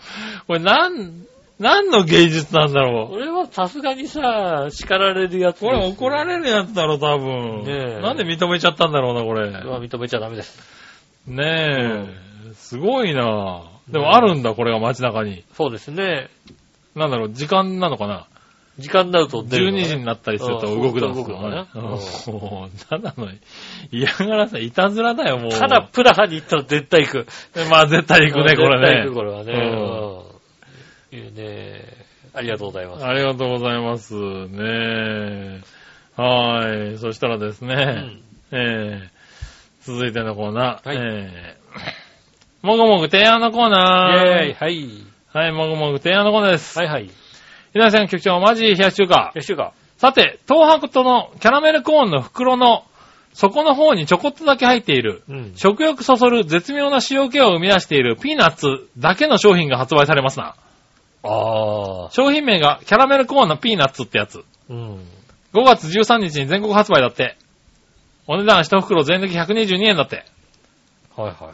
S3: これなん、なんの芸術なんだろ
S2: これはさすがにさ、叱られるやつ
S3: う。
S2: です
S3: こ
S2: よ。
S3: れ怒られるやつだろ、多分。
S2: ねえ
S3: なんで認めちゃったんだろうな、こ
S2: こ
S3: れ
S2: れ。は認めちゃダメです。
S3: ねえ。すごいなでもあるんだ、これが街中に。
S2: そうですね。
S3: なんだろう、時間なのかな
S2: 時間になると出るの
S3: ?12 時になったりすると動くだろう
S2: うん動くのかな
S3: うん もうただの嫌がらせ、いたずらだよ、もう。
S2: ただ、プラハに行ったら絶対行く。
S3: まあ絶対行くね、こ
S2: 絶対
S3: れ
S2: 行くこ
S3: ね。
S2: れはね。うん。いいね。ありがとうございます。
S3: ありがとうございます。ねえ。はい。そしたらですね。
S2: うん
S3: えー、続いてのコーナー。
S2: はい
S3: えー、もぐもぐ提案のコーナー。
S2: イェーイ、はい。
S3: はい、もぐもぐ提案のコーナーです。
S2: はいはい。
S3: ひなさん局長、マジ冷やし中華。
S2: よしゅうか。
S3: さて、東白とのキャラメルコーンの袋の底の方にちょこっとだけ入っている。
S2: うん
S3: 食欲そそる絶妙な塩気を生み出しているピーナッツだけの商品が発売されますな。
S2: ああ。
S3: 商品名がキャラメルコーンのピーナッツってやつ。
S2: うん。
S3: 5月13日に全国発売だって。お値段1袋税抜き122円だって。
S2: はいは。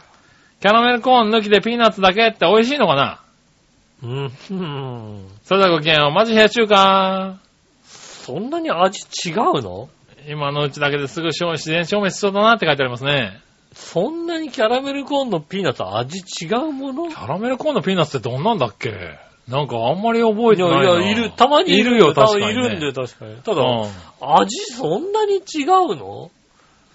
S3: キャラメルコーン抜きでピーナッツだけって美味しいのかない
S2: うん。
S3: それではごきげんよう。マジ冷や中華。
S2: そんなに味違うの
S3: 今のうちだけですぐ消自然消滅しそうだなって書いてありますね。
S2: そんなにキャラメルコーンのピーナッツ味違うもの
S3: キャラメルコーンのピーナッツってどんなんだっけなんかあんまり覚え
S2: い
S3: てないな。
S2: や、いや、いる、たまに
S3: いるよ、確かに、ね。
S2: いるんで、確かに。た
S3: う
S2: だ、
S3: ん。
S2: 味そんなに違うの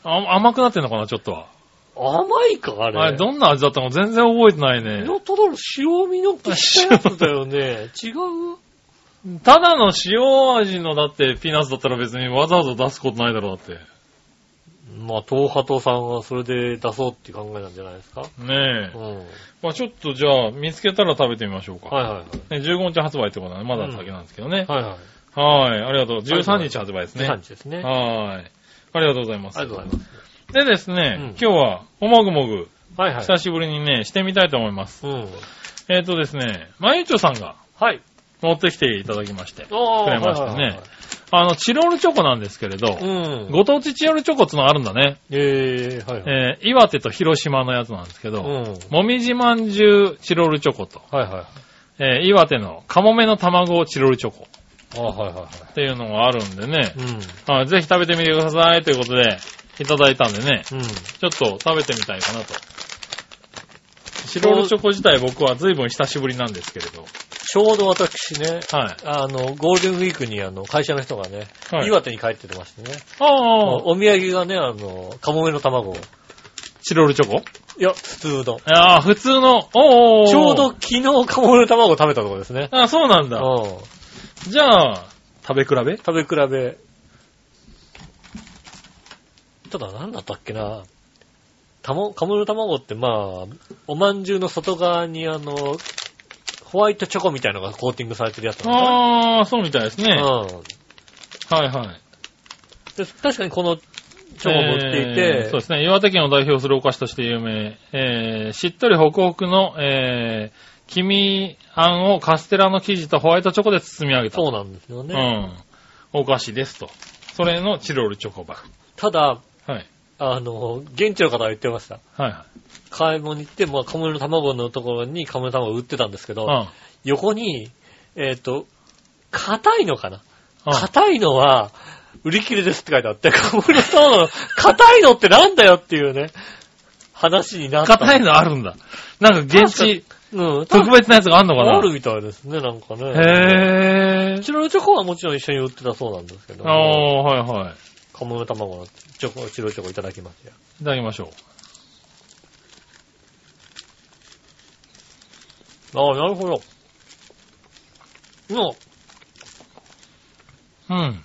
S3: あ甘くなってんのかな、ちょっとは。
S2: 甘いか、あれ。
S3: あれ、どんな味だったの全然覚えてないね
S2: ミ。ノトロール塩ミノってしたやつだよね。 違う
S3: ただの塩味の、だって、ピーナッツだったら別にわざわざ出すことないだろう、だって。
S2: まあ、東波東さんはそれで出そうって考えなんじゃないですか。
S3: ね
S2: う
S3: え
S2: ん。。はい
S3: まあちょっとじゃあ、見つけたら食べてみましょうか。
S2: は
S3: ね、15日発売ってことなんで、まだ先なんですけどね
S2: いはい。。はいはい。
S3: はい、ありがとう。13日発売ですね。
S2: 13日ですね。あ
S3: はい。ありがとうございます。
S2: りがとうございます。
S3: でですね、
S2: うん
S3: 今日は、おもぐもぐ、
S2: はいはい。
S3: 久しぶりにね、してみたいと思います。
S2: うん。
S3: えっ、とですね、まゆちょさんが
S2: はい。
S3: 持ってきていただきまして、
S2: あ
S3: くれましたねあの、チロルチョコなんですけれど、
S2: うん。
S3: ご当地チロルチョコってのあるんだね。
S2: えー、はいはい。
S3: えー岩手と広島のやつなんですけ
S2: う
S3: ど、
S2: ん。
S3: もみじまんじゅうチロルチョコと、
S2: はいはい。
S3: えー岩手のカモメの卵チロルチョコ
S2: あはいはいは
S3: っていうのがあるんでね
S2: い。、うん。
S3: はいぜひ食べてみてくださいということで、いただいたんでね、
S2: うん。
S3: ちょっと食べてみたいかなと。チロルチョコ自体僕は随分久しぶりなんですけれど。
S2: ちょうど私ね、
S3: はい。
S2: あの、ゴールデンウィークにあの、会社の人がね、
S3: はい
S2: 岩手に帰っててましてね、
S3: ああ、
S2: お土産がね、あの、カモメの卵を。
S3: チロルチョコ
S2: いや、普通の。
S3: ああ、普通の、おーおーおー
S2: ちょうど、昨日カモメの卵を食べたところですね。
S3: あそうなん
S2: う
S3: だ。
S2: ん。
S3: じゃあ、食べ比べ
S2: 食べ比べ。ただ何だったっけな。たも、カモの卵ってまあ、おまんじゅうの外側にあの、ホワイトチョコみたいなのがコーティングされてるやつなの
S3: ああ、そうみたいですね。
S2: かな。
S3: は
S2: うん。
S3: いはい。
S2: で確かにこのチョコも売っていて
S3: え、ーそうですね。岩手県を代表するお菓子として有名。えー、しっとりホクホクの、えー、黄身あんをカステラの生地とホワイトチョコで包み上げた。
S2: そうなんですよね。
S3: うん。お菓子ですと。それのチロルチョコバ。
S2: ただ、
S3: はい。
S2: あの、現地の方が言ってました。
S3: はいはい。
S2: 買い物に行って、まあ、カモメの卵のところにカモメの卵を売ってたんですけど、
S3: うん
S2: 横に、えっ、と、硬いのかな
S3: うん。
S2: 硬いのは、売り切れですって書いてあって、カモメの卵の硬いのってなんだよっていうね、話になった。
S3: 硬いのあるんだ。なんか現地、
S2: うん。多
S3: 特
S2: 分
S3: 別なやつがあんのかな
S2: あるみたいですね、なんかね。
S3: へぇ
S2: チロルチョコはもちろん一緒に売ってたそうなんですけど
S3: ー。、あー、はいはい。
S2: カモメの卵のチョコ、チロルチョコいただきますよ。
S3: いただきましょ
S2: ああ、なるほど。の、
S3: う。うん。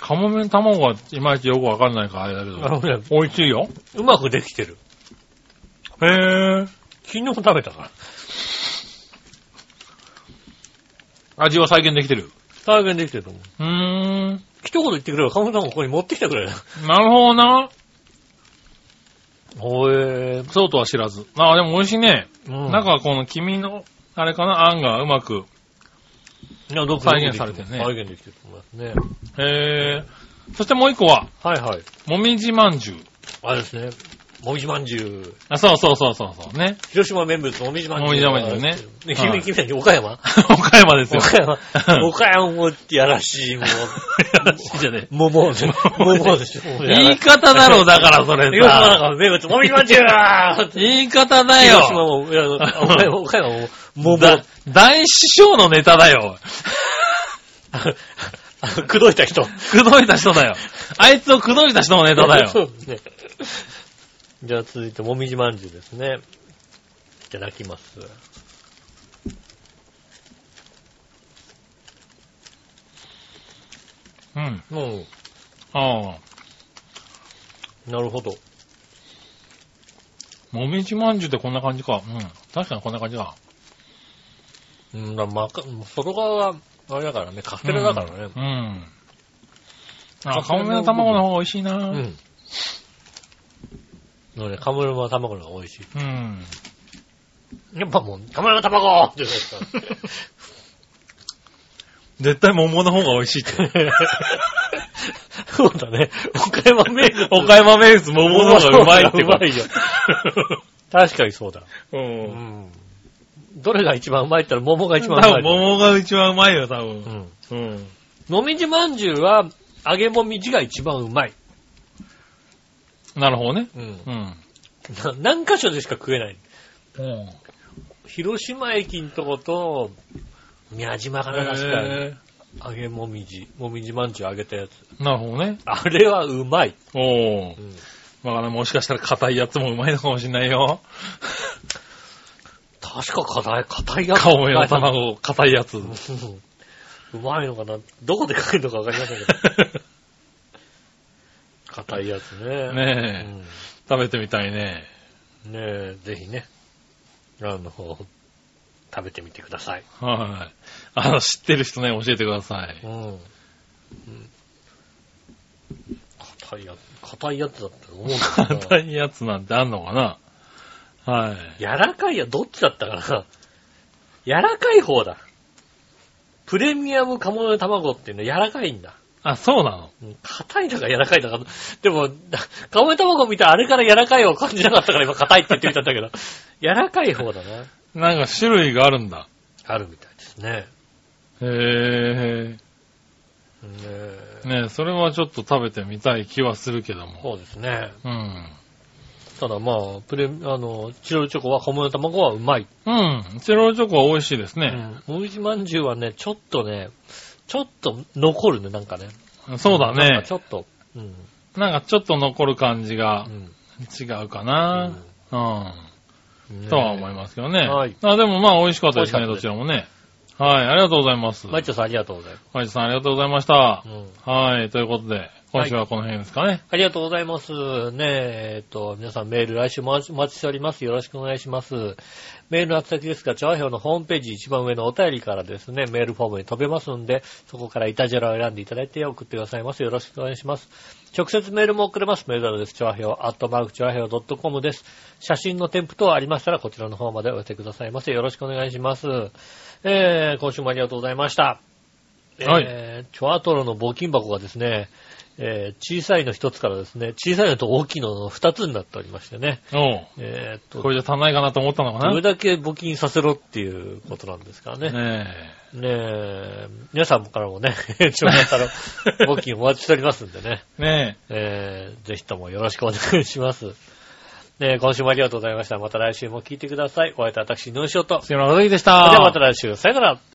S3: カモメの卵がいまいちよくわかんないからあれだけ
S2: あの
S3: ど。
S2: ね、
S3: 美味しいよ。
S2: うまくできてる。
S3: へぇー。
S2: 昨日食べたから。
S3: 味は再現できてる。
S2: 再現できてると思う。
S3: うーん。
S2: 一言言ってくれば、カモメの卵ここに持ってきてくれる。
S3: なるほどな。
S2: ほえ
S3: そうとは知らず。あー、でも美味しいね。
S2: うん
S3: なんかこの黄身の、あれかな、あんがうまく。
S2: いや、どこ
S3: 再現されてるね
S2: 再現できてると思いますね。
S3: へぇー。そしてもう一個は、
S2: はいはい。
S3: もみじまんじゅう。
S2: あれですね。もみじまんじゅう。
S3: あ、そうそうそうそうそうね。
S2: 広島名物、もみじまんじゅう。
S3: もみじまんじゅうね
S2: で
S3: は
S2: 君、
S3: い
S2: 君たち、岡山
S3: 岡山ですよ。
S2: 岡山
S3: う。ん
S2: 岡山もやらしい、も
S3: やらしいじゃね
S2: う。ももうでしょ。ももうでしょ。もうやら
S3: 言い方だろ、だから それ
S2: 広島なん
S3: さ。
S2: か名物、もみじまんじゅう
S3: 言い方だ
S2: 広島
S3: よ。
S2: も、いや、岡山岡山も、もも。
S3: だ大師匠のネタだよ。
S2: あの 口説いた人。
S3: くどいた人だ よ。あいつをくどいた人のネタだ
S2: そ
S3: よ。
S2: うですね。じゃあ続いて、もみじまんじゅうですね。いただきます。
S3: うん。
S2: うん。
S3: ああ。
S2: なるほど。
S3: もみじまんじゅうってこんな感じか。うん。確かにこんな感じだ。
S2: うん、だまか、外側は、あれだからね、カステラだからね。
S3: うん。うんあ、カモメの卵の方が美味しいな。
S2: う
S3: うん。
S2: ん。のね、カムルマ卵の方が美味しい。やっぱもう、カムルマ卵って言うんですか
S3: 絶対桃の方が美味しいって。
S2: そうだね。岡山名物。
S3: 岡山名物桃の方がうまいって
S2: うまいよ。 確かにそうだ。
S3: う。
S2: うんん。どれが一番うまいって言ったら桃が一
S3: 多
S2: 番うま
S3: 分
S2: い。
S3: 桃が一番うまいよ、多
S2: う
S3: 分。
S2: ん。
S3: うん。
S2: もみじまんじゅうは、揚げもみじが一番うまい。
S3: なるほどね。
S2: うん。
S3: うん。
S2: な何箇所でしか食えない。
S3: うん。
S2: 広島駅のとこと、宮島かな、確かに。
S3: へ
S2: 揚げもみじ、もみじまんじゅう揚げたやつ。
S3: なるほどね。
S2: あれはうまい。
S3: おー
S2: う。ん
S3: まあね、もしかしたら硬いやつもうまいのかもしんないよ。
S2: 確か硬い、硬いやつ。
S3: カモメの卵、硬いや つ。
S2: うんうまいのかなどこで買えるのかわかりませんけど。 硬いやつね。
S3: ねえ食べてみたいね。
S2: うんねえぜひね、あの、食べてみてください。
S3: はい。あの、知ってる人ね、教えてください。
S2: うん。うん硬いやつ、硬いやつだったと思うんだけど
S3: 硬いやつなんてあんのかなはい。
S2: 柔らかいや、どっちだったかな 柔らかい方だ。プレミアム鴨の卵っていうのは柔らかいんだ。
S3: あ、そうなの
S2: うん硬いだか柔らかいだか。でも、 な鴨の卵見てあれから柔らかいを感じなかったから今硬いって言ってみたんだけど、 柔らかい方だな。
S3: なんか種類があるんだ。
S2: あるみたいですね。
S3: へ
S2: ね
S3: え。ねえ、それはちょっと食べてみたい気はするけども。
S2: そうですね。
S3: うん。
S2: ただまあ、プレ、あの、チロルチョコは鴨の卵はうまい。
S3: うん。チロルチョコは美味しいです
S2: う
S3: ね。
S2: ん。もみじまんじゅうはね、ちょっとね、ちょっと残るね、なんかね。
S3: そう
S2: な
S3: だ
S2: んか
S3: ね
S2: ち。ょっと。うん。
S3: なんかちょっと残る感じ
S2: う
S3: が
S2: ん。
S3: 違うかな。う
S2: ね
S3: ん。とは思いますけどね。
S2: はい
S3: あ、でもまあ美味しかったですね、
S2: 美
S3: ど
S2: 味し
S3: ち
S2: から
S3: もね。はい、ありがとうございます。
S2: マイチョさんありがとうございます。
S3: マイチさんありがとうございました
S2: う。ん。
S3: はい、ということで、今週はこの辺ですかね。
S2: ありがとうございます。ねえ、えっと、皆さんメール来週もお待ちしております。よろしくお願いします。メールの宛先ですが、調和表のホームページ一番上のお便りからですね、メールフォームに飛べますんで、そこからイタジェラを選んでいただいて送ってくださいます。よろしくお願いします。直接メールも送れます。メールアドレス、調和表、アットマーク調和表 .com です。写真の添付等ありましたら、こちらの方までお寄せくださいませ。よろしくお願いします。えー、今週もありがとうございました。
S3: はい
S2: えー、チョアトロの募金箱がですね、えー小さいの一つからですね、小さいのと大きいのの二つになっておりましてね、
S3: お
S2: えーっ
S3: う
S2: と、
S3: これじゃ足んないかなと思ったのか
S2: ど
S3: な。
S2: れ
S3: ね
S2: だけ募金させろっていうことなんですからね。
S3: え。
S2: ねえ、皆さんからもね、 長男から募金お待ちしておりますんでね、
S3: ね
S2: えーぜひともよろしくお願いします。ねえ、今週もありがとうございました。また来週も聞いてください。お会いいた私、ノーショット。
S3: え。
S2: そ
S3: 杉村和樹でし
S2: れ
S3: た。
S2: ではまた来週、さよなら。